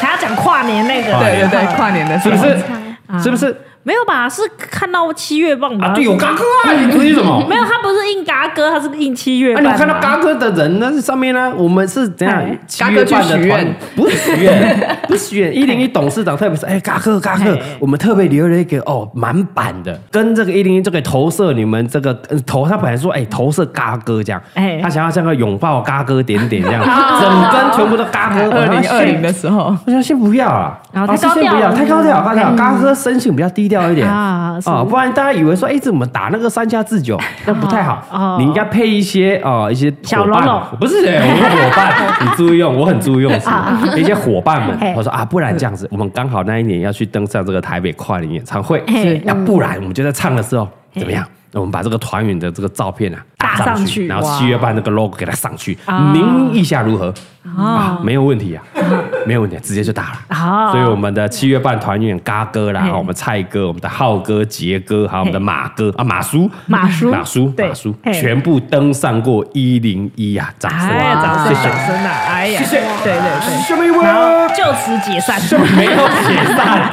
Speaker 2: 他要讲跨年那个，
Speaker 4: 对对对，跨年的时
Speaker 1: 是
Speaker 4: 候
Speaker 1: 不是？是不是？
Speaker 2: 没有吧？是看到七月半吧？
Speaker 1: 啊啊，对，有嘎哥啊！你注意什么？
Speaker 2: 没有，他不是硬嘎哥，他是硬七月
Speaker 1: 那、
Speaker 2: 半
Speaker 1: 哎啊你有
Speaker 2: 嘛。
Speaker 1: 看到嘎哥的人呢？是上面呢？我们是怎样
Speaker 2: 哎？
Speaker 1: 七月半的
Speaker 4: 嘎哥去许
Speaker 1: 团
Speaker 4: 愿，
Speaker 1: 不是许愿， 不是许愿。一零一董事长特别是，哎，嘎哥，嘎哥
Speaker 2: 哎，
Speaker 1: 我们特别留了一个哦，满版的，跟这个一零一这个投射你们这个呃投，他本来说，哎，投射嘎哥这样，
Speaker 2: 哎
Speaker 1: 他想要像个拥抱嘎哥点点 这样，整根全部都嘎哥。
Speaker 4: 哦二零二零的时候，
Speaker 1: 我想先不要啊，
Speaker 2: 然后
Speaker 1: 啊
Speaker 2: 太
Speaker 1: 是
Speaker 2: 高
Speaker 1: 先
Speaker 2: 调
Speaker 1: 不要，
Speaker 2: 了
Speaker 1: 太高调，高调。嘎哥生性比较低调一点
Speaker 2: 啊是
Speaker 1: 啊，不然大家以为说，哎，怎么打那个三下智 久，那不太好
Speaker 2: 哦。
Speaker 1: 你应该配一些啊，一些
Speaker 2: 小
Speaker 1: 伙伴
Speaker 2: 喽啰
Speaker 1: 不 是哎，我说伙伴，你注意用，我很注意用词，一些伙伴们
Speaker 2: 啊嘿。
Speaker 1: 我说啊，不然这样子，我们刚好那一年要去登上这个台北跨年演唱会，
Speaker 2: 嘿嗯
Speaker 1: 那不然我们就在唱的时候怎么样？我们把这个团员的这个照片啊
Speaker 2: 打上
Speaker 1: 上
Speaker 2: 去
Speaker 1: 然后
Speaker 2: 哇
Speaker 1: 七月半那个 logo 给它上去，
Speaker 2: 啊
Speaker 1: 您 意下如何？啊
Speaker 2: 哦，
Speaker 1: 没有问 题啊，没有问题、直接就打了。
Speaker 2: 啊
Speaker 1: 所以我们的七月半团员嘎哥啦，
Speaker 2: 嘿
Speaker 1: 好我们蔡哥、我们的浩哥、杰哥，还有我们的马哥啊，马叔、
Speaker 2: 马叔
Speaker 1: 马叔、
Speaker 2: 对
Speaker 1: 马叔，
Speaker 2: 嘿
Speaker 1: 全部登上过一零一啊！掌声，
Speaker 2: 哎，掌声
Speaker 1: 谢谢
Speaker 2: 掌。声啊！哎呀，
Speaker 1: 谢谢
Speaker 2: 对对对。
Speaker 1: 什么意
Speaker 2: 然后就此解散，
Speaker 1: 没有解 散，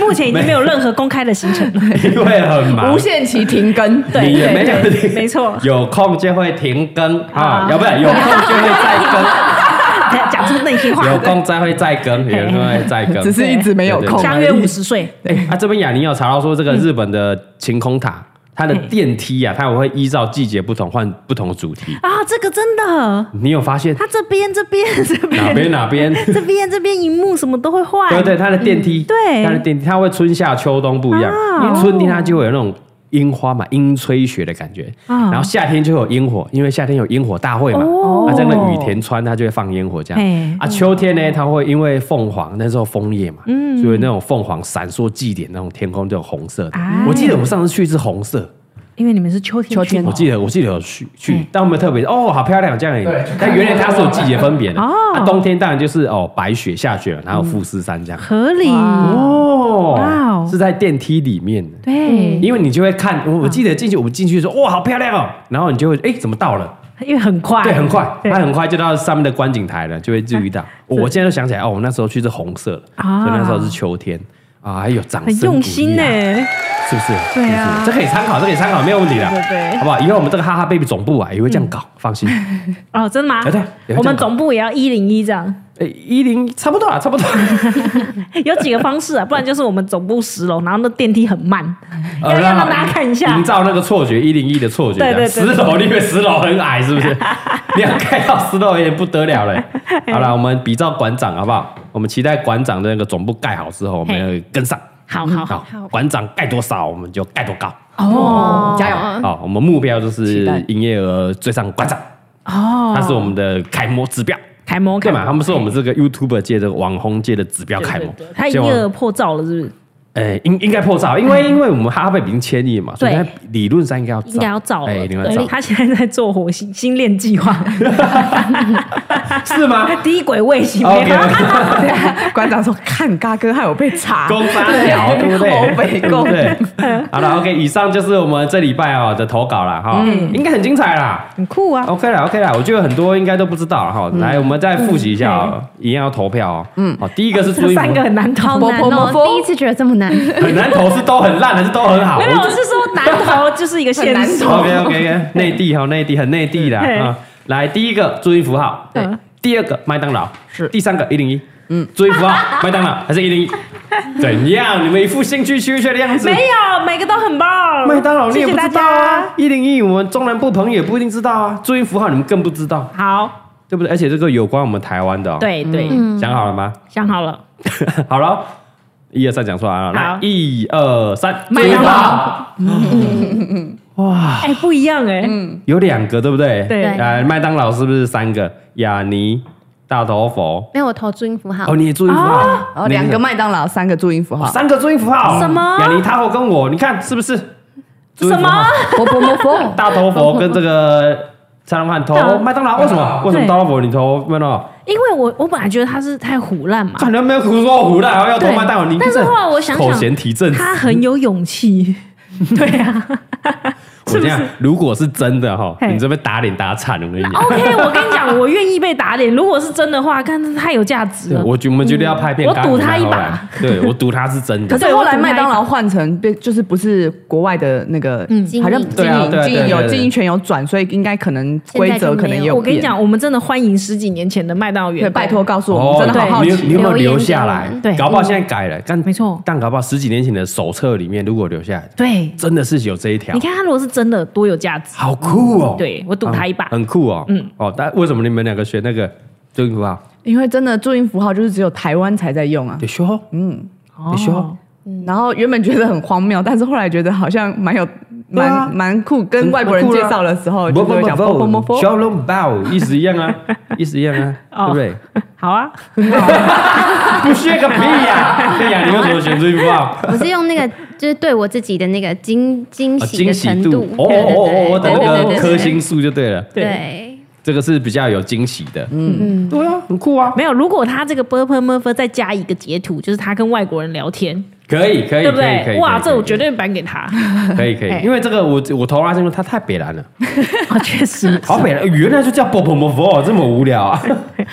Speaker 2: 目前已经没有任何公开的行程了。
Speaker 1: 因为很忙
Speaker 4: 无。限期停更。
Speaker 2: 对
Speaker 1: 你也没有
Speaker 2: 对对
Speaker 1: 停
Speaker 2: 没错
Speaker 1: 有空就会停更啊，
Speaker 2: 啊
Speaker 1: 要不然有空就会 再
Speaker 2: 讲出内心话
Speaker 1: 更，，有空再会再更，有空会再 更，
Speaker 4: 只是一直没有空
Speaker 1: 对对对
Speaker 2: 相约五十岁。
Speaker 1: 哎，啊，这边雅尼有查到说，这个日本的晴空塔，
Speaker 2: 嗯
Speaker 1: 它的电梯啊，它也会依照季节不同换不同的主题。
Speaker 2: 啊，这个真的，
Speaker 1: 你有发现
Speaker 2: 它这边这边这
Speaker 1: 哪边
Speaker 2: 边
Speaker 1: 哪边？
Speaker 2: 这边这边荧幕什么都会换，
Speaker 1: 对对，它的电梯，
Speaker 2: 嗯对
Speaker 1: 它的电梯，它会春夏秋冬不一样。
Speaker 2: 啊
Speaker 1: 因为春天它就会有那种樱花嘛，樱吹雪的感觉。
Speaker 2: 啊
Speaker 1: 然后夏天就有烟火，因为夏天有烟火大会嘛。
Speaker 2: 哦
Speaker 1: 啊，在那雨田川，它就会放烟火这样
Speaker 2: 嘿。
Speaker 1: 啊，秋天呢，它会因为凤凰那时候枫叶嘛，
Speaker 2: 嗯
Speaker 1: 所以那种凤凰闪烁祭典那种天空就有红色的
Speaker 2: 哎。
Speaker 1: 我记得我上次去是红色。
Speaker 2: 因为你们是秋哦天嗯
Speaker 4: 秋
Speaker 2: 去
Speaker 4: 天
Speaker 2: 的
Speaker 1: 我记得我记得有去去，但我们特别哦，好漂亮这样而
Speaker 5: 对
Speaker 1: 已。但原来它是有季节分别的，
Speaker 2: 哦
Speaker 1: 啊，冬天当然就是哦白雪下雪，然后富士山这样。
Speaker 2: 合理，嗯哇
Speaker 1: 哦
Speaker 2: 哦，嗯
Speaker 1: 是在电梯里面的，
Speaker 2: 对，
Speaker 1: 因为你就会看，我我记得进去我们进去说哇好漂亮哦，然后你就会哎怎么到了？
Speaker 2: 因为很快，
Speaker 1: 对，很快，
Speaker 2: 嗯对
Speaker 1: 它很快就到上面的观景台了，就会注意到。我我现在就想起来哦，我那时候去是红色的，
Speaker 2: 啊
Speaker 1: 所以那时候是秋天。啊，还有掌声
Speaker 2: 很用心
Speaker 1: 鼓
Speaker 2: 呢
Speaker 1: 励啊，是不是？
Speaker 2: 对啊
Speaker 1: 是不是这可以参考，这可以参考，没有问题的，
Speaker 2: 对对对
Speaker 1: 好不好？以后我们这个哈哈
Speaker 2: 嗯
Speaker 1: baby 总部啊，也会这样搞，放心。
Speaker 2: 哦，真的吗
Speaker 1: 哎对也会？
Speaker 2: 我
Speaker 1: 这样
Speaker 2: 们
Speaker 1: 搞
Speaker 2: 总部也要一零一这样，
Speaker 1: 哎、诶一零差不多啦，差不多。
Speaker 2: 有几个方式啊，不然就是我们总部十楼，然后那电梯很慢，
Speaker 1: 呃
Speaker 2: 要
Speaker 1: 让
Speaker 2: 让大家看一下
Speaker 1: 营。造那个错觉，一零一的错觉。
Speaker 2: 对对对
Speaker 1: 这样十楼，你以为十楼很矮是不 是？你要盖到十楼也不得了嘞。好了，我们比照馆长好不好？我们期待馆长的那个总部盖好之后，我们要跟上。
Speaker 2: 好好好，
Speaker 1: 好，馆长盖多少，我们就盖多高。
Speaker 4: 哦，加油！
Speaker 1: 好，我们目标就
Speaker 4: 期
Speaker 1: 是
Speaker 4: 待
Speaker 1: 营业额追上馆长，
Speaker 2: 哦
Speaker 1: 它是我们的楷模指标。
Speaker 2: 楷模
Speaker 1: 对
Speaker 2: 楷
Speaker 1: 嘛？
Speaker 2: 模，
Speaker 1: 他们是我们这个 YouTube 界的网红界的指标楷模
Speaker 2: 对对对。他
Speaker 1: 希
Speaker 2: 营
Speaker 1: 望
Speaker 2: 业额破兆了，是不是？
Speaker 1: 哎，应应该破兆，因为因为我们哈贝已经千亿嘛，所以
Speaker 2: 对
Speaker 1: 它理论上应该要兆
Speaker 2: 应该要兆
Speaker 1: 哎
Speaker 2: 了。
Speaker 1: 应该要
Speaker 2: 对，他现在在做火星星链计 划，
Speaker 1: 兆是 吗？
Speaker 2: 低轨卫星。
Speaker 1: OK，
Speaker 4: 馆长说：“看嘎哥害我被查。
Speaker 1: 公三条，对不对？
Speaker 4: 欧北
Speaker 1: 对
Speaker 4: 共
Speaker 1: 不对？好了，OK，以上就是我们这礼拜哦的投稿了哈，
Speaker 2: 嗯
Speaker 1: 应该很精彩啦。
Speaker 2: 很酷啊！
Speaker 1: OK 啦，OK 啦，我觉得很多应该都不知道了哈。
Speaker 2: 嗯
Speaker 1: 来，我们再复习一下哦，一定要投票哦。嗯，好，第一个是
Speaker 2: 这
Speaker 1: 朱一
Speaker 2: 三
Speaker 1: 福
Speaker 2: 个，很难投
Speaker 3: 好，
Speaker 4: 婆
Speaker 3: 难
Speaker 4: 婆
Speaker 3: 哦
Speaker 4: 婆，婆
Speaker 3: 第一次觉得这么难。
Speaker 1: 很难投，是都很烂还是都 很好？
Speaker 2: 没有，我是说难投就是一个现
Speaker 4: 很难
Speaker 2: 实
Speaker 4: 投。
Speaker 1: OK OK，内地哈，内地很内地啦
Speaker 2: 嘿嗯
Speaker 1: 啊。来，第一个注音符号，
Speaker 2: 对
Speaker 1: 第二个麦当劳，
Speaker 4: 是
Speaker 1: 第三个一零一，嗯，注音符号麦当劳还是一零 一？怎样？你们一副兴趣缺缺的样子。
Speaker 2: 没有，每个都很棒。
Speaker 1: 麦当劳你也
Speaker 2: 谢
Speaker 1: 不
Speaker 2: 谢
Speaker 1: 知
Speaker 2: 大
Speaker 1: 道
Speaker 2: 家。
Speaker 1: 啊，一零一我们中南部朋友也不一定知道啊，注音符号你们更不知道，
Speaker 2: 好，
Speaker 1: 对不对？而且这个有关我们台湾的哦。，
Speaker 2: 对对，
Speaker 3: 嗯，
Speaker 1: 想好了吗？
Speaker 2: 想好了，
Speaker 1: 好了，一二三讲出来了，来
Speaker 2: 好，
Speaker 1: 一二三，
Speaker 2: 麦当劳
Speaker 1: 注音符号啊
Speaker 2: 哎，不一样哎，
Speaker 3: 嗯
Speaker 1: 有两个，对不对？
Speaker 2: 对
Speaker 1: 呃，麦当劳是不是三个？雅尼、大头佛，
Speaker 3: 没有我投注音符号
Speaker 1: 哦，，你也注音符号，
Speaker 4: 哦，两个麦当劳，三个注音符
Speaker 1: 哦，
Speaker 4: 号。
Speaker 1: 三个注音符号，
Speaker 2: 什么
Speaker 1: 雅尼、他佛跟我，你看是不是？注音
Speaker 2: 什
Speaker 1: 符号
Speaker 2: 么？
Speaker 4: 婆婆婆婆，
Speaker 1: 大头佛跟这 个蔡老板投麦当劳，为什么？为什么大头佛你投麦当劳？
Speaker 2: 因为我我本来觉得他是太胡乱嘛，
Speaker 1: 看能不能胡说胡乱，要投麦当劳，你
Speaker 2: 但是
Speaker 1: 这
Speaker 2: 后来我想想
Speaker 1: 口嫌体 正直。
Speaker 2: 他很有勇 气。对啊
Speaker 1: 我这样
Speaker 2: 是不，
Speaker 1: 如果是真的哈，
Speaker 2: 嘿
Speaker 1: 你这边打脸打惨了，我跟你讲。
Speaker 2: ，OK，我跟你讲，我愿意被打脸。如果是真的话，看太有价值啊
Speaker 1: 对
Speaker 2: 了。
Speaker 1: 我觉我们绝对要拍片，
Speaker 2: 我赌他一
Speaker 1: 后
Speaker 2: 把
Speaker 1: 来。对我赌他是真的
Speaker 4: 可。是后来麦当劳换成变，就是不是国外的那个，
Speaker 3: 经
Speaker 4: 好像
Speaker 3: 营
Speaker 4: 经
Speaker 1: 对啊
Speaker 4: 营
Speaker 1: 对啊对
Speaker 4: 经营
Speaker 1: 啊对
Speaker 4: 有
Speaker 1: 啊
Speaker 4: 经营权有转，所以应该可能规则可能也有
Speaker 2: 我跟你
Speaker 4: 变
Speaker 2: 讲，，我们真的欢迎十几年前的麦当劳员
Speaker 4: 对，
Speaker 2: 工。
Speaker 4: 拜托，告诉我们，真的好
Speaker 1: 哦
Speaker 4: 好
Speaker 1: 你有
Speaker 4: 奇。
Speaker 1: 你有没有
Speaker 3: 留
Speaker 1: 留
Speaker 3: 言
Speaker 1: 下
Speaker 3: 给我
Speaker 1: 来
Speaker 4: 啊
Speaker 3: 们？
Speaker 2: 对
Speaker 1: 搞不好现在改了，但
Speaker 2: 没错
Speaker 1: 但搞不好十几年前的手册里面如果留下来，
Speaker 2: 对，
Speaker 1: 真的是有这一条
Speaker 2: 你，看他如果是真的，多有价值。
Speaker 1: 啊好酷哦！
Speaker 2: 对我赌他一把
Speaker 1: 嗯很酷哦。嗯
Speaker 2: 嗯，
Speaker 1: 哦，但为什么你们两个选那个这个啊？
Speaker 4: 因为真的注音符号就是只有台湾才在用啊
Speaker 1: 得，修，
Speaker 2: 哦
Speaker 1: 嗯你说
Speaker 4: 然后原本觉得很荒谬，但是后来觉得好像蛮有
Speaker 1: 对啊
Speaker 4: 蛮蛮酷，跟外国人介绍的时候
Speaker 1: 不
Speaker 4: 哦就
Speaker 1: 不
Speaker 4: 会讲
Speaker 1: 不
Speaker 4: 啵啵
Speaker 1: 不，
Speaker 4: 啵
Speaker 1: 小笼包意思一样啊，意思一样啊，对
Speaker 2: 哦
Speaker 1: 不对？
Speaker 2: 好啊，
Speaker 1: 不学个屁 呀！对哎呀，你为什么选这句话？
Speaker 3: 我是用那个，就是对我自己的那个惊惊
Speaker 1: 啊
Speaker 3: 喜的程
Speaker 1: 度
Speaker 3: 度，
Speaker 1: 哦
Speaker 3: 对对
Speaker 1: 哦哦
Speaker 3: 对，
Speaker 1: 哦，等
Speaker 3: 对
Speaker 1: 那
Speaker 3: 对
Speaker 1: 个
Speaker 3: 对
Speaker 1: 颗
Speaker 3: 对
Speaker 1: 星数就对了，
Speaker 3: 对，
Speaker 1: 这个是比较有惊喜的，嗯，对啊，很酷啊，
Speaker 2: 没有。如果他这个 burp m u r f 再加一个截图，就是他跟外国人聊天，
Speaker 1: 可以可以，
Speaker 2: 对不
Speaker 1: 可以可
Speaker 2: 对？
Speaker 1: 以可
Speaker 2: 哇，
Speaker 1: 以
Speaker 2: 这我绝对颁 给他。
Speaker 1: 可以可以，
Speaker 2: 哎
Speaker 1: 因为这个我我投他是因为他太北蓝了，
Speaker 2: 啊，确实，
Speaker 1: 好北蓝，原来就叫 b o b o m o 这么无聊啊
Speaker 2: 哎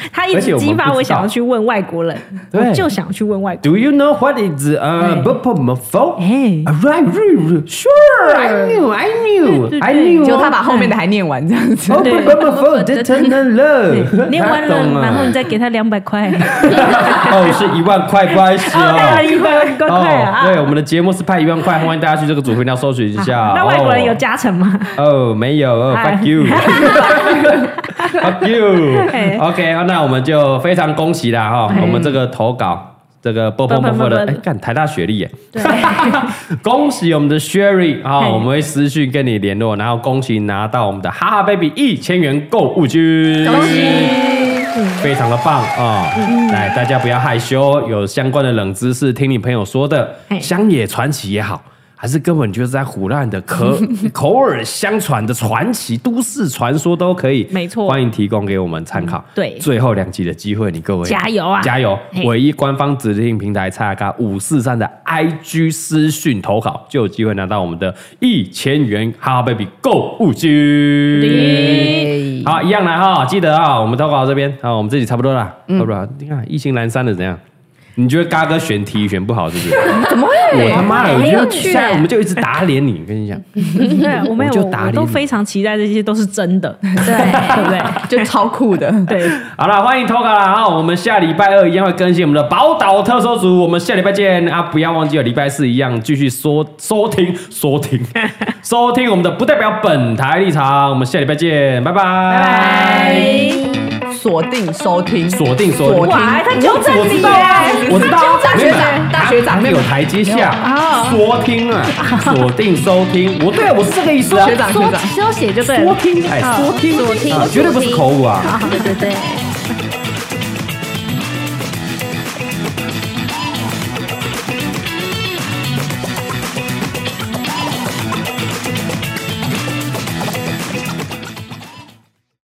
Speaker 2: 他一
Speaker 1: 而且
Speaker 2: 直
Speaker 1: 我们
Speaker 2: 激发
Speaker 1: 不
Speaker 2: 我
Speaker 1: 知道
Speaker 2: 想要去问外国人，
Speaker 1: 对
Speaker 2: 我就想要去问外国人。
Speaker 1: ？Do you know what is 呃
Speaker 2: 哎
Speaker 1: b o b o m o
Speaker 2: 哎
Speaker 1: Uh, Right, right, sure. I knew, I knew,
Speaker 2: 对对
Speaker 1: I knew. Oh,
Speaker 4: 结果他把后面的还念完这样子
Speaker 1: b o，b o m o t e n 了，
Speaker 2: 念完
Speaker 1: 他懂
Speaker 2: 了，然后你再给他两 百块，哦，
Speaker 1: 哦，是一万块关系
Speaker 2: 带了
Speaker 1: 哦。
Speaker 2: 一百块块啊。
Speaker 1: 对，我们的节目是拍一万块，欢迎大家去这个主频道搜寻一下。
Speaker 2: 那外国人有加成吗？
Speaker 1: 哦，没有哦
Speaker 2: 哎
Speaker 1: ，fuck you，fuck you。
Speaker 2: 哎
Speaker 1: OK，那我哦们就非常恭喜啦哈，
Speaker 2: 哎
Speaker 1: 我们这个投稿。这个波波波波的，
Speaker 2: 啵啵啵啵
Speaker 1: 哎，干台大学历耶！ 恭喜我们的 Sherry 啊、
Speaker 2: 哎
Speaker 1: 我们会私讯跟你联络，然后恭喜拿到我们的哈哈 baby 一千元购物金，恭喜，非常的棒啊、
Speaker 2: 嗯
Speaker 1: 来，大家不要害羞，哦有相关的冷知识，听你朋友说的，
Speaker 2: 哎
Speaker 1: 乡野传奇也好，还是根本就是在胡乱的 口口耳相传的传奇、都市传说都可以，
Speaker 2: 没错嗯
Speaker 1: 欢迎提供给我们参考。
Speaker 2: 对
Speaker 1: 最后两集的机会，你各位
Speaker 2: 加油啊
Speaker 1: 加油！
Speaker 2: 嘿
Speaker 1: 唯一官方指定平台蔡嘎五四三的 IG 私讯投稿，就有机会拿到我们的一千元哈哈 baby 购物金。
Speaker 4: 对
Speaker 1: 好，一样来哈，记得啊，我们投稿到这边啊，我们自己差不多啦，差不多啦。你看，意兴阑珊的怎样？你觉得嘎哥选题选不好是不是？怎么
Speaker 3: 会
Speaker 1: 我他妈的，我觉
Speaker 3: 很有
Speaker 1: 得
Speaker 3: 趣
Speaker 1: 现在我们就一直打脸你，我跟你讲，
Speaker 2: 对， 我没有，
Speaker 1: 我就打脸
Speaker 2: 我
Speaker 1: 你
Speaker 2: 都非常期待这些都是真的，
Speaker 3: 对，
Speaker 2: 对不对？
Speaker 4: 就超酷的。
Speaker 2: 对，
Speaker 1: 好了，欢迎投稿啦！然后我们下礼拜二一样会更新我们的宝岛特搜组，我们下礼拜见啊！不要忘记了礼拜四一样继续收收听 收听收听我们的不代表本台立场，我们下礼拜见，拜拜。
Speaker 4: 锁定收听，
Speaker 1: 锁定锁定
Speaker 4: 锁定
Speaker 2: 哇，他纠正
Speaker 1: 我知
Speaker 2: 你
Speaker 1: 道啊
Speaker 2: 耶！，
Speaker 1: 我知道啊，
Speaker 4: 大
Speaker 1: 没
Speaker 4: 学
Speaker 1: 有
Speaker 4: 长
Speaker 1: 啦
Speaker 4: 大学长
Speaker 1: 他
Speaker 4: 没有
Speaker 1: 有台阶下
Speaker 4: 哦，
Speaker 1: 锁听啊，锁定收听，我对啊，我是这个意思啊，
Speaker 4: 学长学
Speaker 3: 缩
Speaker 4: 长。
Speaker 3: 缩写就对
Speaker 1: 说
Speaker 3: 了，
Speaker 1: 听哎，
Speaker 3: 嗯
Speaker 1: 说听
Speaker 3: 说听
Speaker 1: 啊绝对不是口误啊。
Speaker 3: 对对对。